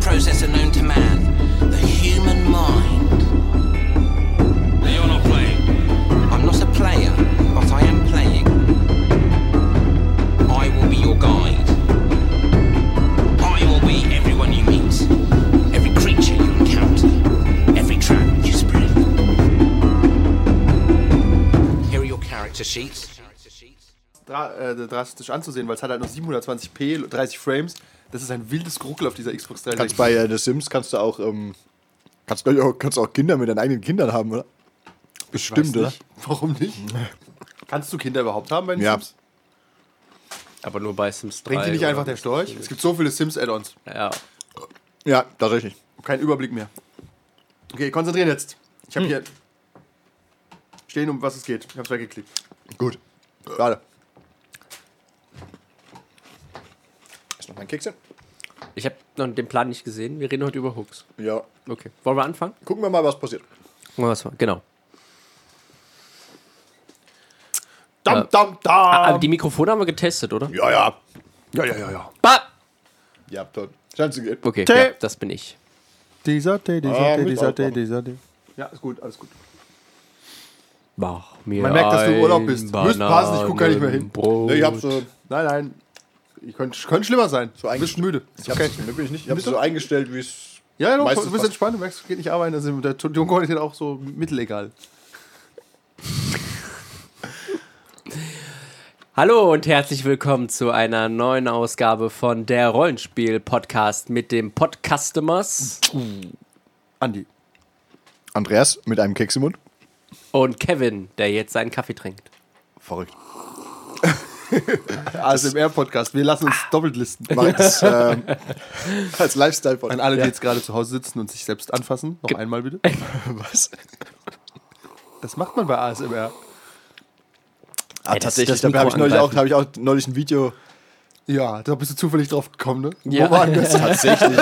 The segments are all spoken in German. processor known to man the human mind. Now you're not playing. I'm not a player, but I am playing. I will be your guide. I will be everyone you meet, every creature you encounter, every trap you spread. Here are your character sheets. dra äh, drastisch anzusehen, weil es hat halt nur 720p, 30 Frames. Das ist ein wildes Gruckel auf dieser Xbox Kannst 360. bei äh, The Sims kannst du auch, ähm, kannst, glaub ich, auch, kannst auch Kinder mit deinen eigenen Kindern haben, oder? Bestimmt, oder? Warum nicht? Kannst du Kinder überhaupt haben bei den Ja. Sims? Aber nur bei Sims 3. Bringt die nicht oder? einfach der Storch? Es gibt so viele Sims-Add-ons. Ja. Ja, tatsächlich. Kein Überblick mehr. Okay, konzentrieren jetzt. Ich Hm. habe hier stehen, um was es geht. Ich habe es weggeklickt. Gut. Schade. Ist noch mein Kekse? Ich habe noch den Plan nicht gesehen. Wir reden heute über Hooks. Ja. Okay. Wollen wir anfangen? Gucken wir mal, was passiert. Was war? Ähm. Genau. Dam, Ja. Ah, dam, dam. Aber die Mikrofone haben wir getestet, oder? Ja, ja. Ja, ja, ja, ja. Ba! Ja, toll. Scheint zu gehen. Okay, Tee. ja, das bin ich. Dieser, Ah, Tee, mit dieser, Tee, aufmachen. dieser, Ja, ist gut, alles gut. Mach mir Man merkt, dass du im Urlaub bist. ein Müsst passen, ich guck gar nicht mehr hin. Bananenbrot. Nee, ich hab's so, Nein, nein. Ich könnte könnte schlimmer sein. Du so bist eingestellt. müde. Ich hab's, okay. bin ich nicht. Ich hab's so eingestellt, wie es. Ja, ja, doch, meistens du bist passt. entspannt, du merkst, es geht nicht arbeiten. Also der Tonkorn ist ja auch so mittelegal. Hallo und herzlich willkommen zu einer neuen Ausgabe von der Rollenspiel-Podcast mit dem Podcustomers Andi. Andreas mit einem Keks im Mund. und Kevin, der jetzt seinen Kaffee trinkt. Verrückt. ASMR-Podcast. Wir lassen uns Ah. doppelt listen. Als, ähm, als An Lifestyle-Podcast. alle, die jetzt gerade zu Hause sitzen und sich selbst anfassen, noch einmal bitte. Was? Das macht man bei ASMR. Ah, das- tatsächlich, das da Mikro habe ich, neulich auch- angreifen. da hab ich auch neulich ein Video. Ja, da bist du zufällig drauf gekommen, ne? Ja. Wo waren wir? Tatsächlich.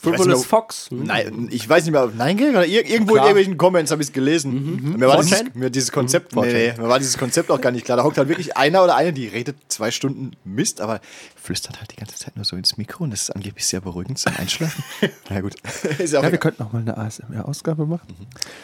Frivolous Fox. Nein, ich weiß nicht mehr, ob nein ging oder ir irgendwo Klar. in irgendwelchen Comments habe ich es gelesen. Mir, war dieses, 4chan? mir, dieses Konzept, nee, 4chan. nee, mir war dieses Konzept auch gar nicht klar. Da hockt halt wirklich einer oder eine, die redet zwei Stunden Mist, aber flüstert halt die ganze Zeit nur so ins Mikro und das ist angeblich sehr beruhigend zum Einschlafen. Na gut. ist ja auch Ja, wir egal. könnten noch mal eine ASMR-Ausgabe machen.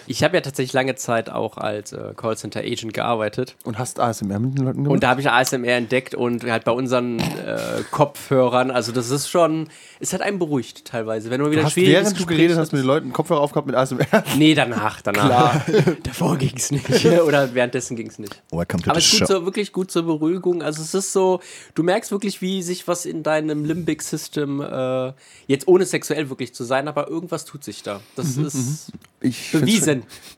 Ich habe ja tatsächlich lange Zeit auch als äh, Callcenter-Agent gearbeitet. Und hast ASMR mit den Leuten Und gemacht? da habe ich ASMR entdeckt und halt bei unseren äh, Kopfhörern, also das ist schon, es hat einen beruhigt teilweise. Wenn du mal wieder Du ein hast, schwieriges während du Gespräch geredet hast, hattest. mit den Leuten einen Kopfhörer aufgehabt mit ASMR. Nee, danach, danach. Klar. Davor ging es nicht. Oder währenddessen ging es nicht. Oh, Welcome to Aber the es ist show. gut zur, wirklich gut zur Beruhigung. Also es ist so, du merkst wirklich, wie sich was in deinem Limbic System, äh, jetzt ohne sexuell wirklich zu sein, aber irgendwas tut sich da. Das Mhm, ist Ich find's bewiesen.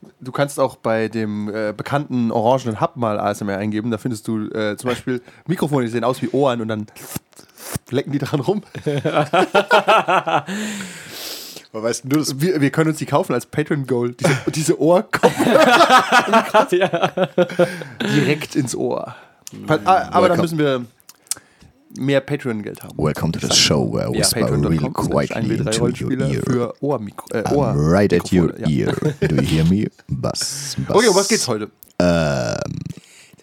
schön. Du kannst auch bei dem äh, bekannten orangenen Hub mal ASMR eingeben. Da findest du äh, zum Beispiel Mikrofone, die sehen aus wie Ohren und dann lecken die dran rum. Aber weißt du, das Wir, wir können uns die kaufen als Patreon-Goal. Diese, diese Ohrkopfhörer direkt ins Ohr. Pa- ah, Aber dann Welcome. müssen wir mehr Patreon-Geld haben. Welcome to the show where we Patreon.com slash 1W3 Rollenspieler für Ohrmikro. Äh, Ohr Mikrofone, ja. ear. Do you hear me? Bass, bass. Okay, um was geht's heute?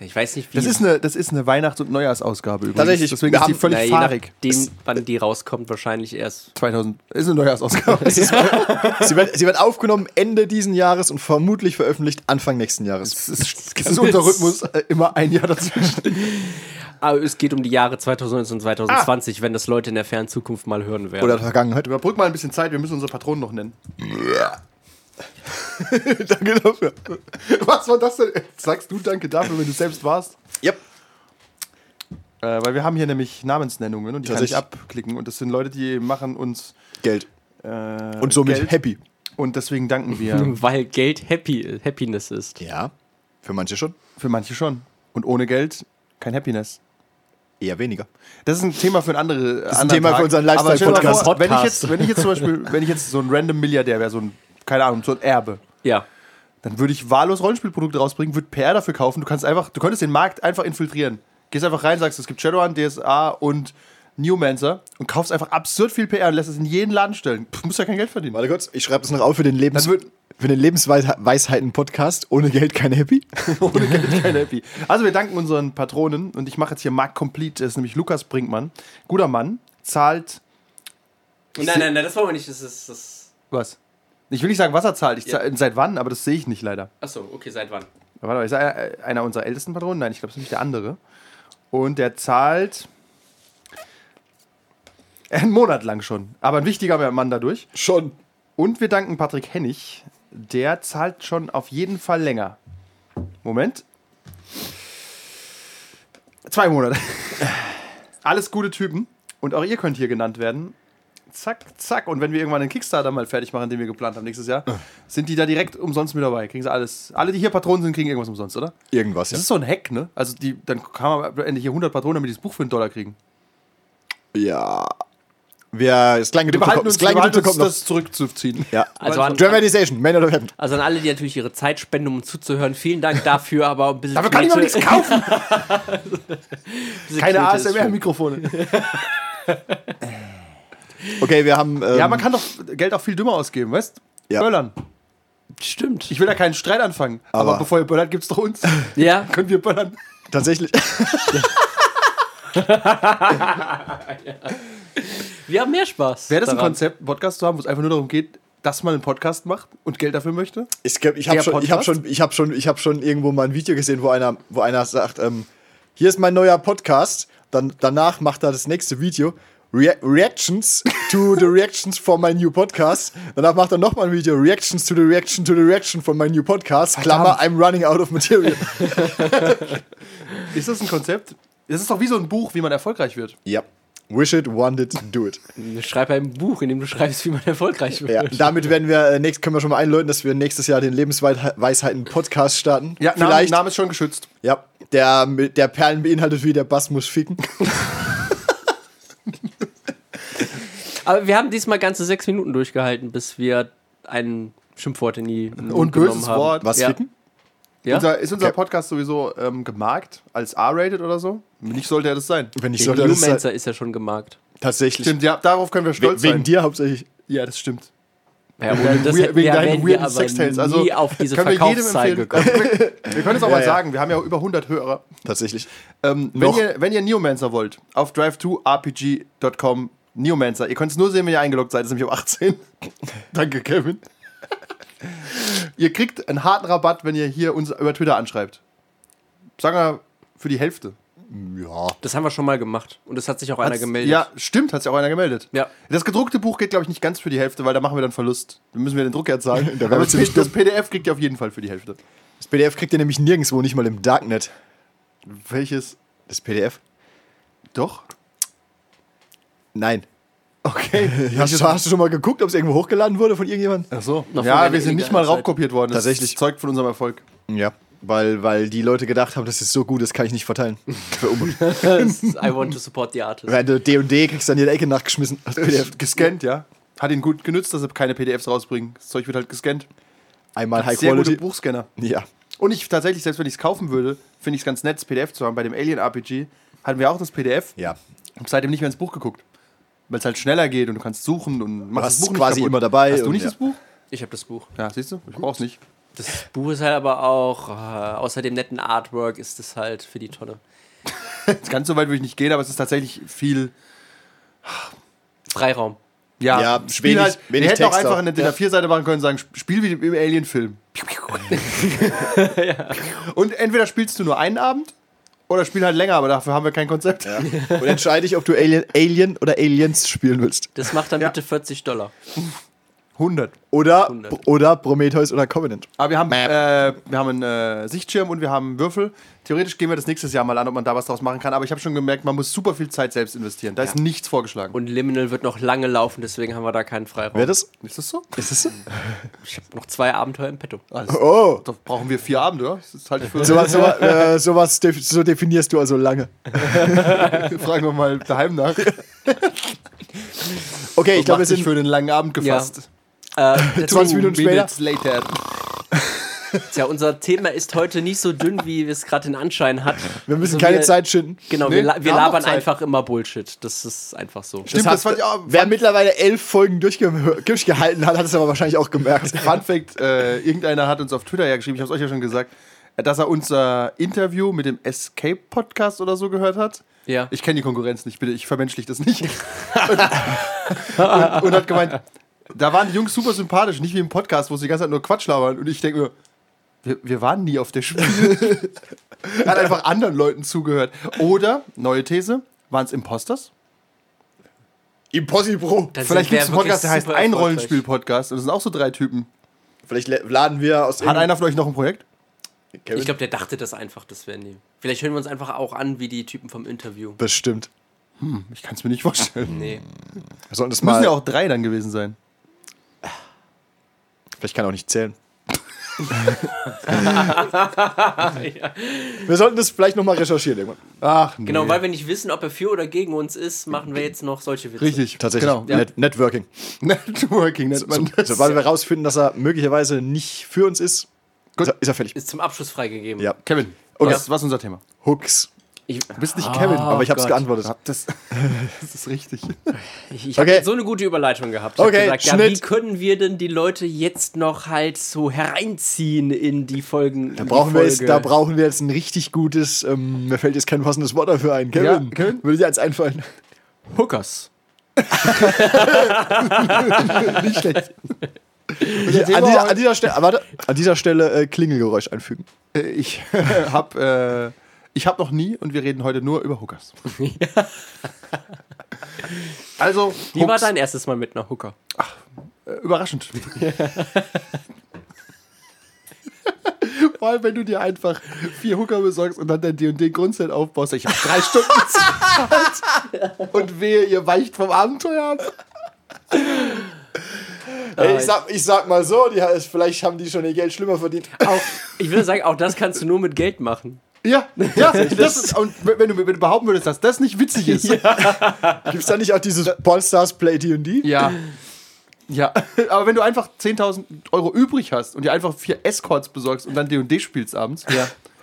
Ich weiß nicht, wie. Das ist eine, das ist eine Weihnachts- und Neujahrsausgabe übrigens. Tatsächlich, Deswegen wir ist die haben- völlig na, je fahrig. nachdem, wann die rauskommt, wahrscheinlich erst. 2000 ist eine Neujahrsausgabe. Das ist, Sie wird, sie wird aufgenommen Ende diesen Jahres und vermutlich veröffentlicht Anfang nächsten Jahres. das ist, das ist unser Rhythmus äh, immer ein Jahr dazwischen. Aber es geht um die Jahre 2019 und 2020, wenn das Leute in der fernen Zukunft mal hören werden. Oder Vergangenheit. Überbrück mal ein bisschen Zeit, wir müssen unsere Patronen noch nennen. Danke dafür. Was war das denn? Sagst du Danke dafür, wenn du selbst warst? Yep. Äh, weil wir haben hier nämlich Namensnennungen und die kann ich Tatsächlich. abklicken. Und das sind Leute, die machen uns Geld. äh, Und somit Geld. happy. Und deswegen danken wir. Weil Geld happy, Happiness ist. Ja. Für manche schon. für manche schon. Und ohne Geld kein Happiness. Eher weniger. Das ist ein Thema für ein andere. Das ist ein Thema für unseren Lifestyle-Podcast. Wenn ich Podcast. jetzt, wenn ich jetzt zum Beispiel, wenn ich jetzt so ein random Milliardär wäre, so ein, keine Ahnung, so ein Erbe, Ja. dann würde ich wahllos Rollenspielprodukte rausbringen, würde PR dafür kaufen. Du kannst einfach, du könntest den Markt einfach infiltrieren. Gehst einfach rein, sagst, es gibt Shadowrun, DSA und Newmancer und kaufst einfach absurd viel PR und lässt es in jeden Laden stellen. Pff, musst ja kein Geld verdienen. Warte kurz, ich schreibe das noch auf für den, Lebens Dann würd- für den Lebensweisheiten-Podcast. Ohne Geld kein Happy. Ohne Geld kein Happy. Also wir danken unseren Patronen und ich mache jetzt hier Mark Complete, das ist nämlich Lukas Brinkmann. Guter Mann, zahlt Nein, nein, nein, das wollen wir nicht. Das ist. Das Was? Ich will nicht sagen, was er zahlt. Ich zahl, Seit wann, aber das sehe ich nicht leider. achso, okay, seit wann? Warte mal, ist er einer unserer ältesten Patronen? Nein, ich glaube, es ist nicht der andere. Und der zahlt einen Monat lang schon. Aber ein wichtiger Mann dadurch. Schon. Und wir danken Patrick Hennig. Der zahlt schon auf jeden Fall länger. Moment. Zwei Monate. Alles gute Typen. Und auch ihr könnt hier genannt werden. Zack, zack. Und wenn wir irgendwann den Kickstarter mal fertig machen, den wir geplant haben nächstes Jahr, sind die da direkt umsonst mit dabei. Kriegen sie alles. Alle, die hier Patronen sind, kriegen irgendwas umsonst, oder? Irgendwas, Das ist ja. so ein Hack, ne? Also die, dann kann man am Ende hier 100 Patronen, damit die das Buch für einen Dollar kriegen. Ja. Wir, das Kleingedruckte kommt, das Kleingedruckte kommt noch. zurückzuziehen. Ja. Also an- Dramatization, Man of Heaven. Also an alle, die natürlich ihre Zeit spenden, um zuzuhören, vielen Dank dafür, aber ein bisschen. Dafür kann ich mir Knete- nichts kaufen. bisschen Keine Knete ist schön. ASMR-Mikrofone. Okay, wir haben. Ähm, Ja, man kann doch Geld auch viel dümmer ausgeben, weißt? Ja. Böllern. Stimmt. Ich will da keinen Streit anfangen. Aber, Aber- bevor ihr böllert, gibt's doch uns. ja. Können wir böllern? tatsächlich. Wir haben mehr Spaß. Wäre das ein daran. Konzept, einen Podcast zu haben, wo es einfach nur darum geht, dass man einen Podcast macht und Geld dafür möchte? Ich, glaub, ich habe Der schon, ich hab Podcast? schon, ich hab schon, ich hab schon irgendwo mal ein Video gesehen, wo einer, wo einer sagt, ähm, hier ist mein neuer Podcast. Dann, danach macht er das nächste Video. Rea reactions to the reactions for my new podcast. Danach macht er nochmal ein Video. Reactions to the reaction to the reaction for my new podcast. Klammer, I'm running out of material. Ist das ein Konzept? Das ist doch wie so ein Buch, wie man erfolgreich wird. ja. Wish it, want it, do it. Schreib ein Buch, in dem du schreibst, wie man erfolgreich wird. Ja, damit werden wir, äh, nächst, können wir schon mal einläuten, dass wir nächstes Jahr den Lebensweisheiten-Podcast starten. Ja, Name, vielleicht. Name ist schon geschützt. Ja, der, mit- der Perlen beinhaltet, wie der Bass muss ficken. Aber wir haben diesmal ganze sechs Minuten durchgehalten, bis wir ein Schimpfwort in die in den Und Mund genommen böses haben. Wort. Was Ja. ficken? Ja? Unser, ist unser Okay. Podcast sowieso ähm, gemarkt als R-rated oder so? Nicht sollte er das sein. Wenn ich Der sollte das sein. Newmancer ist ja schon gemarkt. Tatsächlich. Stimmt, ja, darauf können wir We stolz wegen sein. dir hauptsächlich. Ja, das stimmt. Ja, ohne das Weir- hätten wegen wir, deinen wären wir weirden aber Sextales. nie Also, auf diese können wir jedem Verkaufszahl empfehlen. Also, gekommen. Wir können es auch Ja, mal ja. sagen, wir haben ja über 100 Hörer. Tatsächlich. Ähm, wenn, Noch. ihr, wenn ihr Neomancer wollt, auf drive2rpg.com Neomancer. Ihr könnt es nur sehen, wenn ihr eingeloggt seid, das ist nämlich um ab 18. Danke, Kevin. ihr kriegt einen harten Rabatt, wenn ihr hier uns über Twitter anschreibt. Sagen wir für die Hälfte. Ja. Das haben wir schon mal gemacht. Und es hat sich auch einer Hat's- gemeldet. Ja, stimmt, hat sich auch einer gemeldet. Ja. Das gedruckte Buch geht, glaube ich, nicht ganz für die Hälfte, weil da machen wir dann Verlust. Dann müssen wir den Druck ja zahlen. Da wären wir Aber das, ziemlich das PDF kriegt ihr auf jeden Fall für die Hälfte. Das PDF kriegt ihr nämlich nirgendwo, nicht mal im Darknet. Welches? Das PDF? Doch? Nein. Okay. Hast du, hast du schon mal geguckt, ob es irgendwo hochgeladen wurde von irgendjemandem? Ach so. Noch von E ja, wir meiner sind nicht mal raubkopiert worden. Das Tatsächlich. zeugt von unserem Erfolg. Ja. Weil, weil die Leute gedacht haben, das ist so gut, das kann ich nicht verteilen. Für Unmut. Das ist I want to support the artist. Wenn du D&D kriegst, dann jede Ecke nachgeschmissen. Das PDF. Gescannt, ja. Hat ihn gut genützt, dass er keine PDFs rausbringen. Das Zeug wird halt gescannt. Einmal High Sehr gute Quality. Buchscanner. Ja. Und ich tatsächlich, selbst wenn ich es kaufen würde, finde ich es ganz nett, das PDF zu haben. Bei dem Alien RPG hatten wir auch das PDF. Ja. Hab seitdem nicht mehr ins Buch geguckt. Weil es halt schneller geht und du kannst suchen und machst hast das Buch nicht quasi kaputt. immer dabei Hast du und nicht ja. das Buch? Ich habe das Buch. Ja, siehst du? Ich brauch's nicht. Das Buch ist halt aber auch, äh, außer dem netten Artwork, ist es halt für die Tonne. Jetzt ganz so weit würde ich nicht gehen, aber es ist tatsächlich viel. Freiraum. Ja, Ja, Spiel wenig- halt, wenig wir hätten auch Text einfach auch. eine DIN A4-Seite machen können und sagen, spiel wie im Alien-Film. Und entweder spielst du nur einen Abend oder spiel halt länger, aber dafür haben wir kein Konzept. Und entscheide ich, ob du Alien, Alien oder Aliens spielen willst. Das macht dann bitte 40 Dollar. 100. Oder, 100. oder Prometheus oder Covenant. Aber wir haben, äh, wir haben einen äh, Sichtschirm und wir haben Würfel. Theoretisch gehen wir das nächstes Jahr mal an, ob man da was draus machen kann. Aber ich habe schon gemerkt, man muss super viel Zeit selbst investieren. Da ist nichts vorgeschlagen. Und Liminal wird noch lange laufen, deswegen haben wir da keinen Freiraum. Wäre das? ist das so? Ist das so? Ich habe noch zwei Abenteuer im Petto. Äh, Alles. Oh! Da brauchen wir vier Abende, oder? Das ist halt für. Sowas so, äh, sowas def so definierst du also lange. Fragen wir mal daheim nach. Okay, ich Ich glaube, glaube, wir es ist sind für den langen Abend gefasst. Äh, 20 Minuten später. later. Tja, unser Thema ist heute nicht so dünn, wie es gerade den Anschein hat. Also Wir müssen keine Zeit schinden. Genau, Nee, wir, la- wir wir haben noch labern Zeit. einfach immer Bullshit. Das ist einfach so. Stimmt, das fand ich auch- Wer mittlerweile elf Folgen durchge durchgehalten hat, hat es aber wahrscheinlich auch gemerkt. Fun Fact: äh, Irgendeiner hat uns auf Twitter ja geschrieben, ich habe es euch ja schon gesagt. dass er unser Interview mit dem Escape Podcast oder so gehört hat. Ja. Ich kenne die Konkurrenz nicht, bitte, ich vermenschlich das nicht. und, und, und hat gemeint, da waren die Jungs super sympathisch, nicht wie im Podcast, wo sie die ganze Zeit nur Quatsch labern. Und ich denke mir, wir, wir waren nie auf der Spiel. hat einfach anderen Leuten zugehört. Oder, neue These, waren es Imposters? Impossibro. Dann Vielleicht sind wir gibt es einen Podcast, wirklich der heißt super ein erfolgreich. Rollenspiel-Podcast. Und das sind auch so drei Typen. Vielleicht lä- laden wir aus. Mhm. Hat einer von euch noch ein Projekt? Kevin? Ich glaube, der dachte das einfach, das wären die. Vielleicht hören wir uns einfach auch an, wie die Typen vom Interview. Bestimmt. Ich kann es mir nicht vorstellen. Nee. Wir sollten das Müssen mal. ja auch drei dann gewesen sein. Vielleicht kann er auch nicht zählen. Wir sollten das vielleicht nochmal recherchieren irgendwann. Ach, nee. Genau, weil wir nicht wissen, ob er für oder gegen uns ist, machen wir jetzt noch solche Witze. Richtig, Tatsächlich. Genau. Net Networking. Networking nennt man das. Sobald wir rausfinden, dass er möglicherweise nicht für uns ist, ist er, ist er fällig. Ist zum Abschluss freigegeben. Ja. Kevin, Okay. was, was Oh, ist unser Thema? Hooks. Ich, Du bist nicht Kevin, Aber ich habe es Ah, Gott. geantwortet. Das, das ist richtig. ich, ich Okay. habe so eine gute Überleitung gehabt. Ich hab Okay, gesagt, ja, Schnitt. wie können wir denn die Leute jetzt noch halt so hereinziehen in die Folgen? Da brauchen, wir jetzt, da brauchen wir jetzt ein richtig gutes, ähm, mir fällt jetzt kein passendes Wort dafür ein. Kevin, Ja, Kevin? würde dir eins einfallen? Hookers. Nicht schlecht. An An dieser, an dieser Stelle, warte, an dieser Stelle äh, Klingelgeräusch einfügen. ich habe äh, ich hab noch nie und wir reden heute nur über Hookers. also, Wie war Hooks, dein erstes Mal mit einer Hooker? äh, überraschend. Vor allem, wenn du dir einfach vier Hooker besorgst und dann dein D&D-Grundset aufbaust. Ich habe drei Stunden Zeit und wehe, ihr weicht vom Abenteuer ab. Äh, ich, sag, ich sag mal so, die, vielleicht haben die schon ihr Geld schlimmer verdient. Auch, ich würde sagen, auch das kannst du nur mit Geld machen. Ja, ja das ist, und wenn du, wenn du behaupten würdest, dass das nicht witzig ist. Ja. Gibt's da nicht auch dieses Pornstars Play D&D? Ja. aber wenn du einfach 10.000 Euro übrig hast und dir einfach vier Escorts besorgst und dann D&D spielst abends,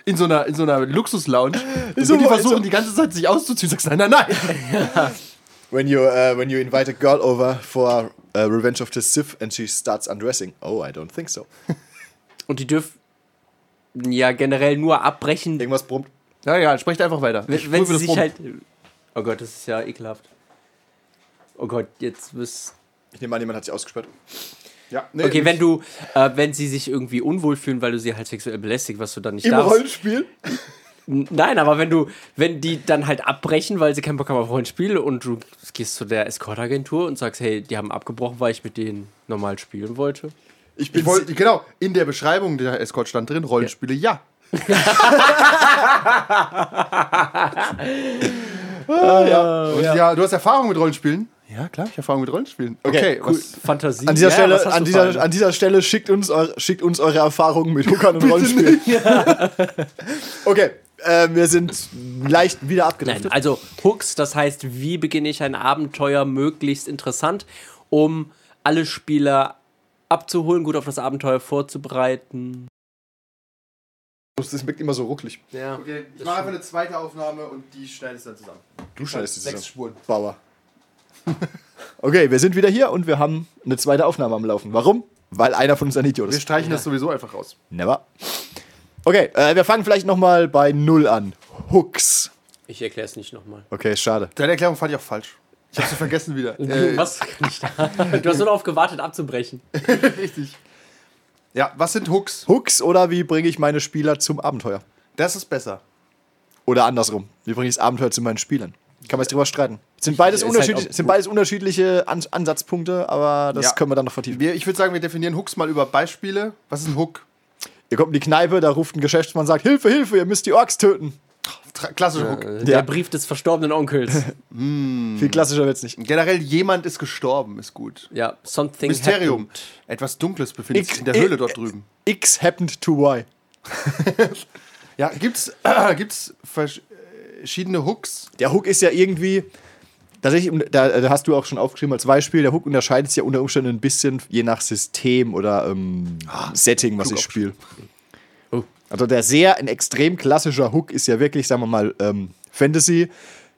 in so einer, in so einer Luxus-Lounge, und so- die in versuchen so- die ganze Zeit sich auszuziehen, sagst nein, nein, nein. When you, uh, when you invite a girl over for uh, Revenge of the Sith and she starts undressing. Oh, I don't think so. Und die dürfen ja generell nur abbrechen, Irgendwas brummt. Ja, ja, sprecht einfach weiter. Ich Wenn, wenn prüfe sie das rum. sich halt. Oh Gott, das ist ja ekelhaft. Oh Gott, jetzt bist. Ich nehme an, jemand hat sich ausgesperrt. Ja, nee, Okay, wenn du, äh, wenn sie sich irgendwie unwohl fühlen, weil du sie halt sexuell belästigt, was du dann nicht Im darfst. Rollenspiel? N- Nein, aber wenn du, wenn die dann halt abbrechen, weil sie keinen Bock haben auf Rollenspiele und du gehst zu der Escort-Agentur und sagst, hey, die haben abgebrochen, weil ich mit denen normal spielen wollte. Ich bin Ich wollte, genau, in der Beschreibung der Escort stand drin, Rollenspiele, ja. Ah, ja. Und ja. Du hast Erfahrung mit Rollenspielen? Ja, klar, ich habe Erfahrung mit Rollenspielen. Okay, Okay, cool. was, Fantasie. An dieser, Ja, was Stelle, hast an, du dieser, fallen? an dieser Stelle schickt uns, eure, schickt uns eure Erfahrungen mit Hookern und Rollenspielen. okay, äh, wir sind leicht wieder Nein, abgedriftet. also Hooks, das heißt, wie beginne ich ein Abenteuer möglichst interessant, um alle Spieler abzuholen, gut auf das Abenteuer vorzubereiten. also- Das wirkt immer so ruckelig. Ja. ich mache einfach eine zweite Aufnahme und die schneidest dann zusammen. Äh, Du schneidest die Sechs zusammen. Spuren. Bauer. Okay, wir sind wieder hier und wir haben eine zweite Aufnahme am Laufen. Warum? Weil einer von uns ein Idiot Wir ist. streichen das sowieso einfach raus. Never. Okay, äh, wir fangen vielleicht nochmal bei Null an. Hooks. Ich erkläre es nicht nochmal. Okay, schade. Deine Erklärung fand ich auch falsch. Ich habe sie vergessen wieder. Äh, Was kann ich da? Du hast nur darauf gewartet, abzubrechen. Richtig. Ja, was sind Hooks? Hooks oder wie bringe ich meine Spieler zum Abenteuer? Das ist besser. Oder andersrum. Wie bringe ich das Abenteuer zu meinen Spielern? Kann man jetzt drüber streiten. Sind beides, ist halt unterschiedlich, auch- sind beides unterschiedliche An Ansatzpunkte, aber das Ja. können wir dann noch vertiefen. Wir, ich würde sagen, wir definieren Hooks mal über Beispiele. Was ist ein Hook? Ihr kommt in die Kneipe, da ruft ein Geschäftsmann, sagt, Hilfe, Hilfe, ihr müsst die Orks töten. Tra- Klassischer Hook. Der Brief des verstorbenen Onkels. Viel klassischer wird's nicht. Generell, jemand ist gestorben, ist gut. Ja, something Mysterium. happened. Etwas Dunkles befindet Ich- sich in der ich- Höhle dort drüben. X happened to Y. Ja, gibt's, äh, gibt's versch- äh, verschiedene Hooks? Der Hook ist ja irgendwie, tatsächlich, um- da, da hast du auch schon aufgeschrieben als Beispiel, der Hook unterscheidet sich ja unter Umständen ein bisschen je nach System oder ähm, Setting, was ich spiele. Also der sehr, ein extrem klassischer Hook ist ja wirklich, sagen wir mal, ähm, Fantasy.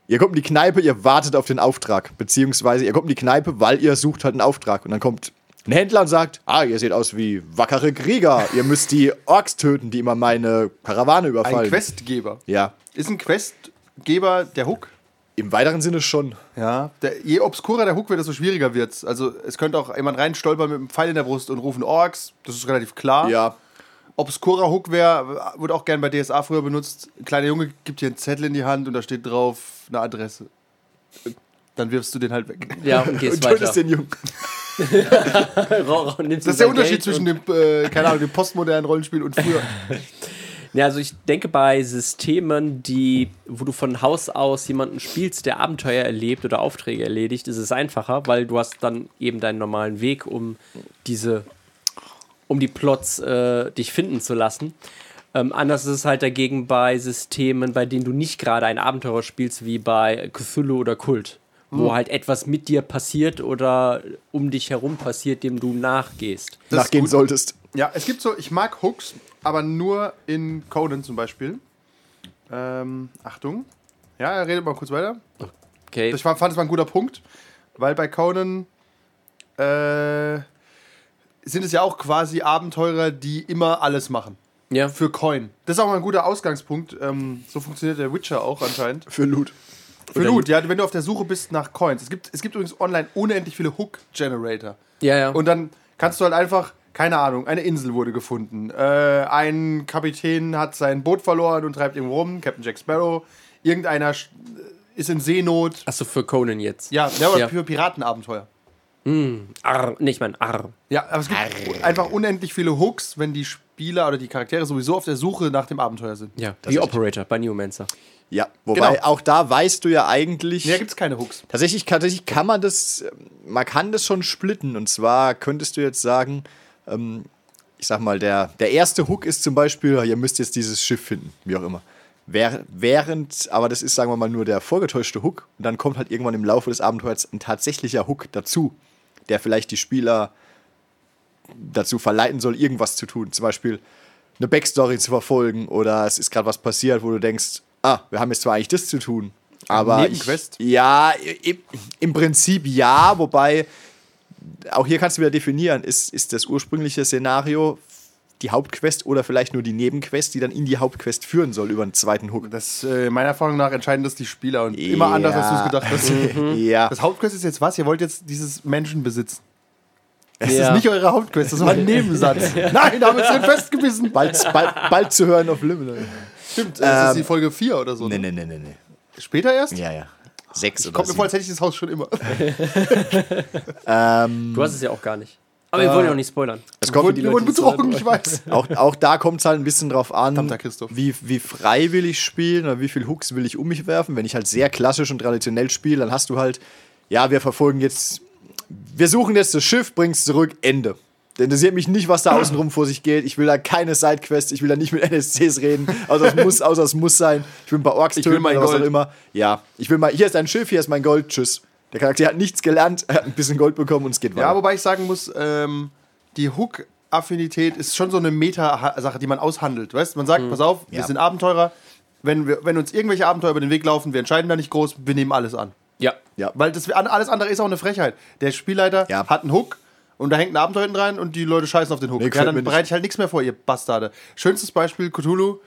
Ihr kommt in die Kneipe, ihr wartet auf den Auftrag, beziehungsweise ihr kommt in die Kneipe, weil ihr sucht halt einen Auftrag und dann kommt ein Händler und sagt, ah, ihr seht aus wie wackere Krieger, ihr müsst die Orks töten, die immer meine Karawane Ein überfallen. Questgeber. ja, Ist ein Questgeber der Hook? im weiteren Sinne schon. Ja. Der, je obskurer der Hook wird, desto schwieriger wird's. Also es könnte auch jemand reinstolpern mit einem Pfeil in der Brust und rufen Orks. Das ist relativ klar. Ja, Obskurer Hook wäre, wurde auch gern bei DSA früher benutzt. Ein kleiner Junge gibt dir einen Zettel in die Hand und da steht drauf eine Adresse. Dann wirfst du den halt weg. Ja, und gehst und weiter. tötest den Jungen. Ra- ra- nimmst Das ist ihm der sein Unterschied Geld zwischen dem, äh, keine Ahnung, dem postmodernen Rollenspiel und früher. Ja, also ich denke bei Systemen, die, wo du von Haus aus jemanden spielst, der Abenteuer erlebt oder Aufträge erledigt, ist es einfacher, weil du hast dann eben deinen normalen Weg, um diese, um die Plots äh, dich finden zu lassen. Ähm, anders ist es halt dagegen bei Systemen, bei denen du nicht gerade ein Abenteurer spielst, wie bei Cthulhu oder Kult, wo halt etwas mit dir passiert oder um dich herum passiert, dem du nachgehst. Das ist Nachgehen gut. solltest. Ja, es gibt so, ich mag Hooks, aber nur in Conan zum Beispiel. Ähm, Achtung. Ja, er redet mal kurz weiter. Okay. Ich fand es mal ein guter Punkt, weil bei Conan äh, sind es ja auch quasi Abenteurer, die immer alles machen. ja. Für Coin. Das ist auch mal ein guter Ausgangspunkt. Ähm, so funktioniert der Witcher auch anscheinend. Für Loot. Für Loot, ja, wenn du auf der Suche bist nach Coins. Es gibt, es gibt übrigens online unendlich viele Hook-Generator. ja, ja. Und dann kannst du halt einfach, keine Ahnung, eine Insel wurde gefunden. Äh, ein Kapitän hat sein Boot verloren und treibt irgendwo rum, Captain Jack Sparrow. Irgendeiner sch- äh, ist in Seenot. Achso, für Conan jetzt. Ja, ja, aber Ja. für Piratenabenteuer. Arr, nee, ich meine Arr. Ja, aber es gibt einfach unendlich viele Hooks, wenn die Spieler oder die Charaktere sowieso auf der Suche nach dem Abenteuer sind. Ja, wie Operator bei Newmancer. Ja, wobei Genau. auch da weißt du ja eigentlich. Nee, da gibt es keine Hooks. Tatsächlich, kann- tatsächlich kann man das, ähm, man kann das schon splitten. Und zwar könntest du jetzt sagen, ähm, ich sag mal, der, der erste Hook ist zum Beispiel, ihr müsst jetzt dieses Schiff finden, wie auch immer. Währ- Während, aber das ist, sagen wir mal, nur der vorgetäuschte Hook. Und dann kommt halt irgendwann im Laufe des Abenteuers ein tatsächlicher Hook dazu, der vielleicht die Spieler dazu verleiten soll, irgendwas zu tun. Zum Beispiel eine Backstory zu verfolgen oder es ist gerade was passiert, wo du denkst, ah, wir haben jetzt zwar eigentlich das zu tun, aber. Nebenquest? Ich, ja, im, im Prinzip ja, wobei auch hier kannst du wieder definieren, ist, ist das ursprüngliche Szenario die Hauptquest oder vielleicht nur die Nebenquest, die dann in die Hauptquest führen soll über einen zweiten Hook. Das, äh, meiner Erfahrung nach entscheiden das die Spieler und immer anders, als du es gedacht hast. ja. Das Hauptquest ist jetzt was? Ihr wollt jetzt dieses Menschen besitzen. Das Ja. ist nicht eure Hauptquest, das war ein Nebensatz. Nein, da haben wir uns drin festgebissen. Bald, bald, bald zu hören auf Liminal. Stimmt, das ist die Folge 4 oder so. Nee, ne? nee, nee, nee, nee. Später erst? Ja, ja. Sechs oder Kommt mir vor, sieben. als hätte ich das Haus schon immer. Hm. Du hast es ja auch gar nicht. Aber wir Äh, wollen ja auch nicht spoilern. Das kommt für die wir Leute, wurden die es hören. betrogen, ich weiß. auch, auch da kommt es halt ein bisschen drauf an, Verdammter Christoph. wie, wie frei will ich spielen oder wie viel Hooks will ich um mich werfen. Wenn ich halt sehr klassisch und traditionell spiele, dann hast du halt, ja, wir verfolgen jetzt, wir suchen jetzt das Schiff, bring's zurück, Ende. Da interessiert mich nicht, was da außenrum vor sich geht. Ich will da keine Sidequests, ich will da nicht mit NSCs reden, außer es muss, außer es muss sein. Ich will ein paar Orks will töten mein oder was auch Gold. immer. Ja, ich will mal, hier ist dein Schiff, hier ist mein Gold, tschüss. Der Charakter hat nichts gelernt, er hat ein bisschen Gold bekommen und es geht weiter. Ja, wobei ich sagen muss, ähm, die Hook-Affinität ist schon so eine Meta-Sache, die man aushandelt. Weißt? Man Hm. sagt, pass auf, wir Ja. sind Abenteurer. Wenn, wir, wenn uns irgendwelche Abenteuer über den Weg laufen, wir entscheiden da nicht groß, wir nehmen alles an. Ja. ja. Weil das, an- alles andere ist auch eine Frechheit. Der Spielleiter Ja. hat einen Hook und da hängt ein Abenteuer hinten rein und die Leute scheißen auf den Hook. Nee, ja, gefällt mir dann nicht. bereite ich halt nichts mehr vor, ihr Bastarde. Schönstes Beispiel: Cthulhu.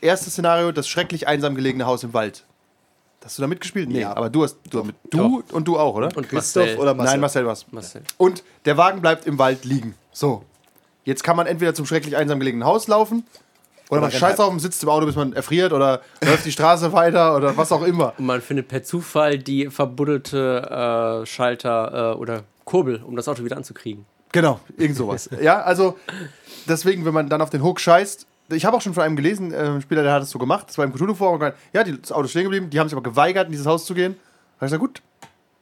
Erstes Szenario: das schrecklich einsam gelegene Haus im Wald. Hast du da mitgespielt? Nee, Ja. aber du hast. Du, mit, du und du auch, oder? Und Marcel. Christoph oder Marcel? Nein, Marcel was. Marcel. Und der Wagen bleibt im Wald liegen. So. Jetzt kann man entweder zum schrecklich einsam gelegenen Haus laufen. Oder man rennt scheißt halt. auf und sitzt im Auto, bis man erfriert oder läuft die Straße weiter oder was auch immer. Und man findet per Zufall die verbuddelte äh, Schalter äh, oder Kurbel, um das Auto wieder anzukriegen. Genau, irgend sowas. ja, also deswegen, wenn man dann auf den Hook scheißt, ich habe auch schon von einem gelesen, äh, ein Spieler, der hat das so gemacht, das war im Cthulhu-Forum, und gemeint, ja, die, das Auto ist stehen geblieben, die haben sich aber geweigert, in dieses Haus zu gehen. Da hab ich gesagt, gut,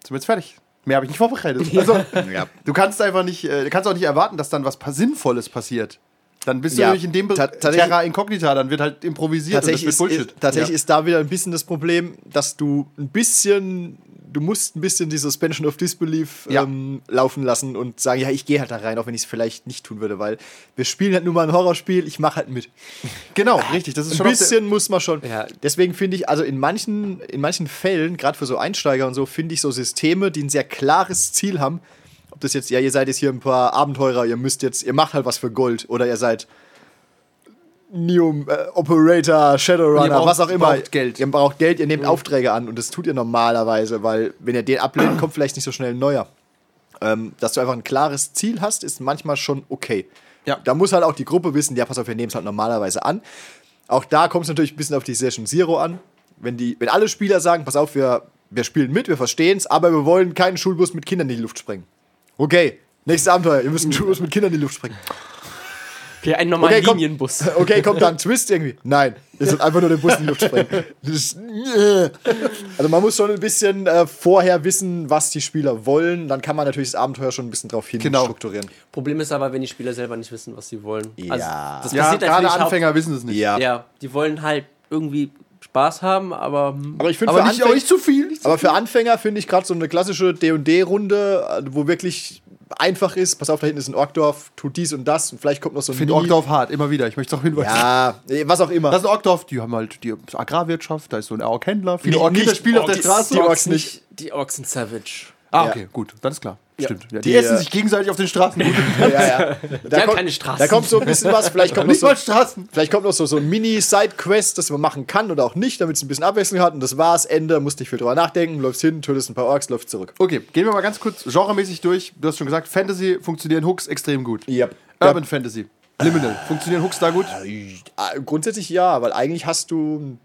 sind wir jetzt fertig. Mehr habe ich nicht vorbereitet. Also, Ja. du kannst einfach nicht, äh, du kannst auch nicht erwarten, dass dann was pa- Sinnvolles passiert. Dann bist du Ja, nämlich in dem Be ta- tatsächlich- Terra Incognita, dann wird halt improvisiert und das tatsächlich wird ist, Bullshit. ist, tatsächlich ja. ist da wieder ein bisschen das Problem, dass du ein bisschen, du musst ein bisschen die Suspension of Disbelief Ja. ähm, laufen lassen und sagen, ja, ich gehe halt da rein, auch wenn ich es vielleicht nicht tun würde, weil wir spielen halt nur mal ein Horrorspiel, ich mache halt mit. Ah, Genau, richtig, das ist Ein schon auf der- bisschen muss man schon. Ja. Deswegen finde ich, also in manchen, in manchen Fällen, gerade für so Einsteiger und so, finde ich so Systeme, die ein sehr klares Ziel haben, ob das jetzt, ja, ihr seid jetzt hier ein paar Abenteurer, ihr müsst jetzt, ihr macht halt was für Gold oder ihr seid New äh, Operator, Shadowrunner, Ihr braucht- was auch immer. braucht Geld. Ihr braucht Geld, ihr nehmt Aufträge an und das tut ihr normalerweise, weil wenn ihr den ablehnt, kommt vielleicht nicht so schnell ein neuer. Ähm, dass du einfach ein klares Ziel hast, ist manchmal schon okay. Ja. Da muss halt auch die Gruppe wissen, ja, pass auf, wir nehmen es halt normalerweise an. Auch da kommt es natürlich ein bisschen auf die Session Zero an. Wenn, die, wenn alle Spieler sagen, pass auf, wir, wir spielen mit, wir verstehen es, aber wir wollen keinen Schulbus mit Kindern in die Luft sprengen. Okay, nächstes Abenteuer, ihr müsst einen Schulbus mit Kindern in die Luft sprengen. Okay, einen normalen Okay, komm. Linienbus. Okay, kommt da ein Twist irgendwie? Nein, ihr sollt einfach nur den Bus in die Luft sprengen. Das ist, also man muss schon ein bisschen äh, vorher wissen, was die Spieler wollen. Dann kann man natürlich das Abenteuer schon ein bisschen drauf hin Genau. strukturieren. Problem ist aber, wenn die Spieler selber nicht wissen, was sie wollen. Also, Ja. das Ja, passiert gerade natürlich haupt- Anfänger wissen es nicht. Ja, die wollen halt irgendwie Spaß haben, aber hm, Aber ich finde Aber für, nicht, Anfänger- aber nicht zu viel. Nicht zu aber für Anfänger finde ich gerade so eine klassische D&D-Runde, äh, wo wirklich einfach ist, pass auf, da hinten ist ein Orkdorf, tut dies und das und vielleicht kommt noch so ein viel. Finde Mini- Orkdorf hart, immer wieder. Ich möchte es auch hinweisen. Ja, nee, was auch immer. Das ist ein Orkdorf, die haben halt die Agrarwirtschaft, da ist so ein Orkhändler. Viele Nee, Orkhändler nicht spielen auf Ork- der die- Straße. die Orks nicht. die Orks sind Savage. Ah, Ja. okay, gut, dann ist klar. Stimmt. Ja, die, Die, essen äh, sich gegenseitig auf den Straßen. Gut. ja, ja. Da haben kommt- keine Straßen. Da kommt so ein bisschen was, vielleicht kommt noch Nicht so mal Straßen. Vielleicht kommt noch so, so ein Mini-Side-Quest, das man machen kann oder auch nicht, damit es ein bisschen Abwechslung hat. Und das war's, Ende, musst nicht viel drüber nachdenken, läufst hin, tötest ein paar Orks, läufst zurück. Okay, gehen wir mal ganz kurz genremäßig durch. Du hast schon gesagt, Fantasy funktionieren Hooks extrem gut. Yep. Urban Fantasy, Liminal, funktionieren Hooks da gut? Äh, Grundsätzlich ja, weil eigentlich hast du einen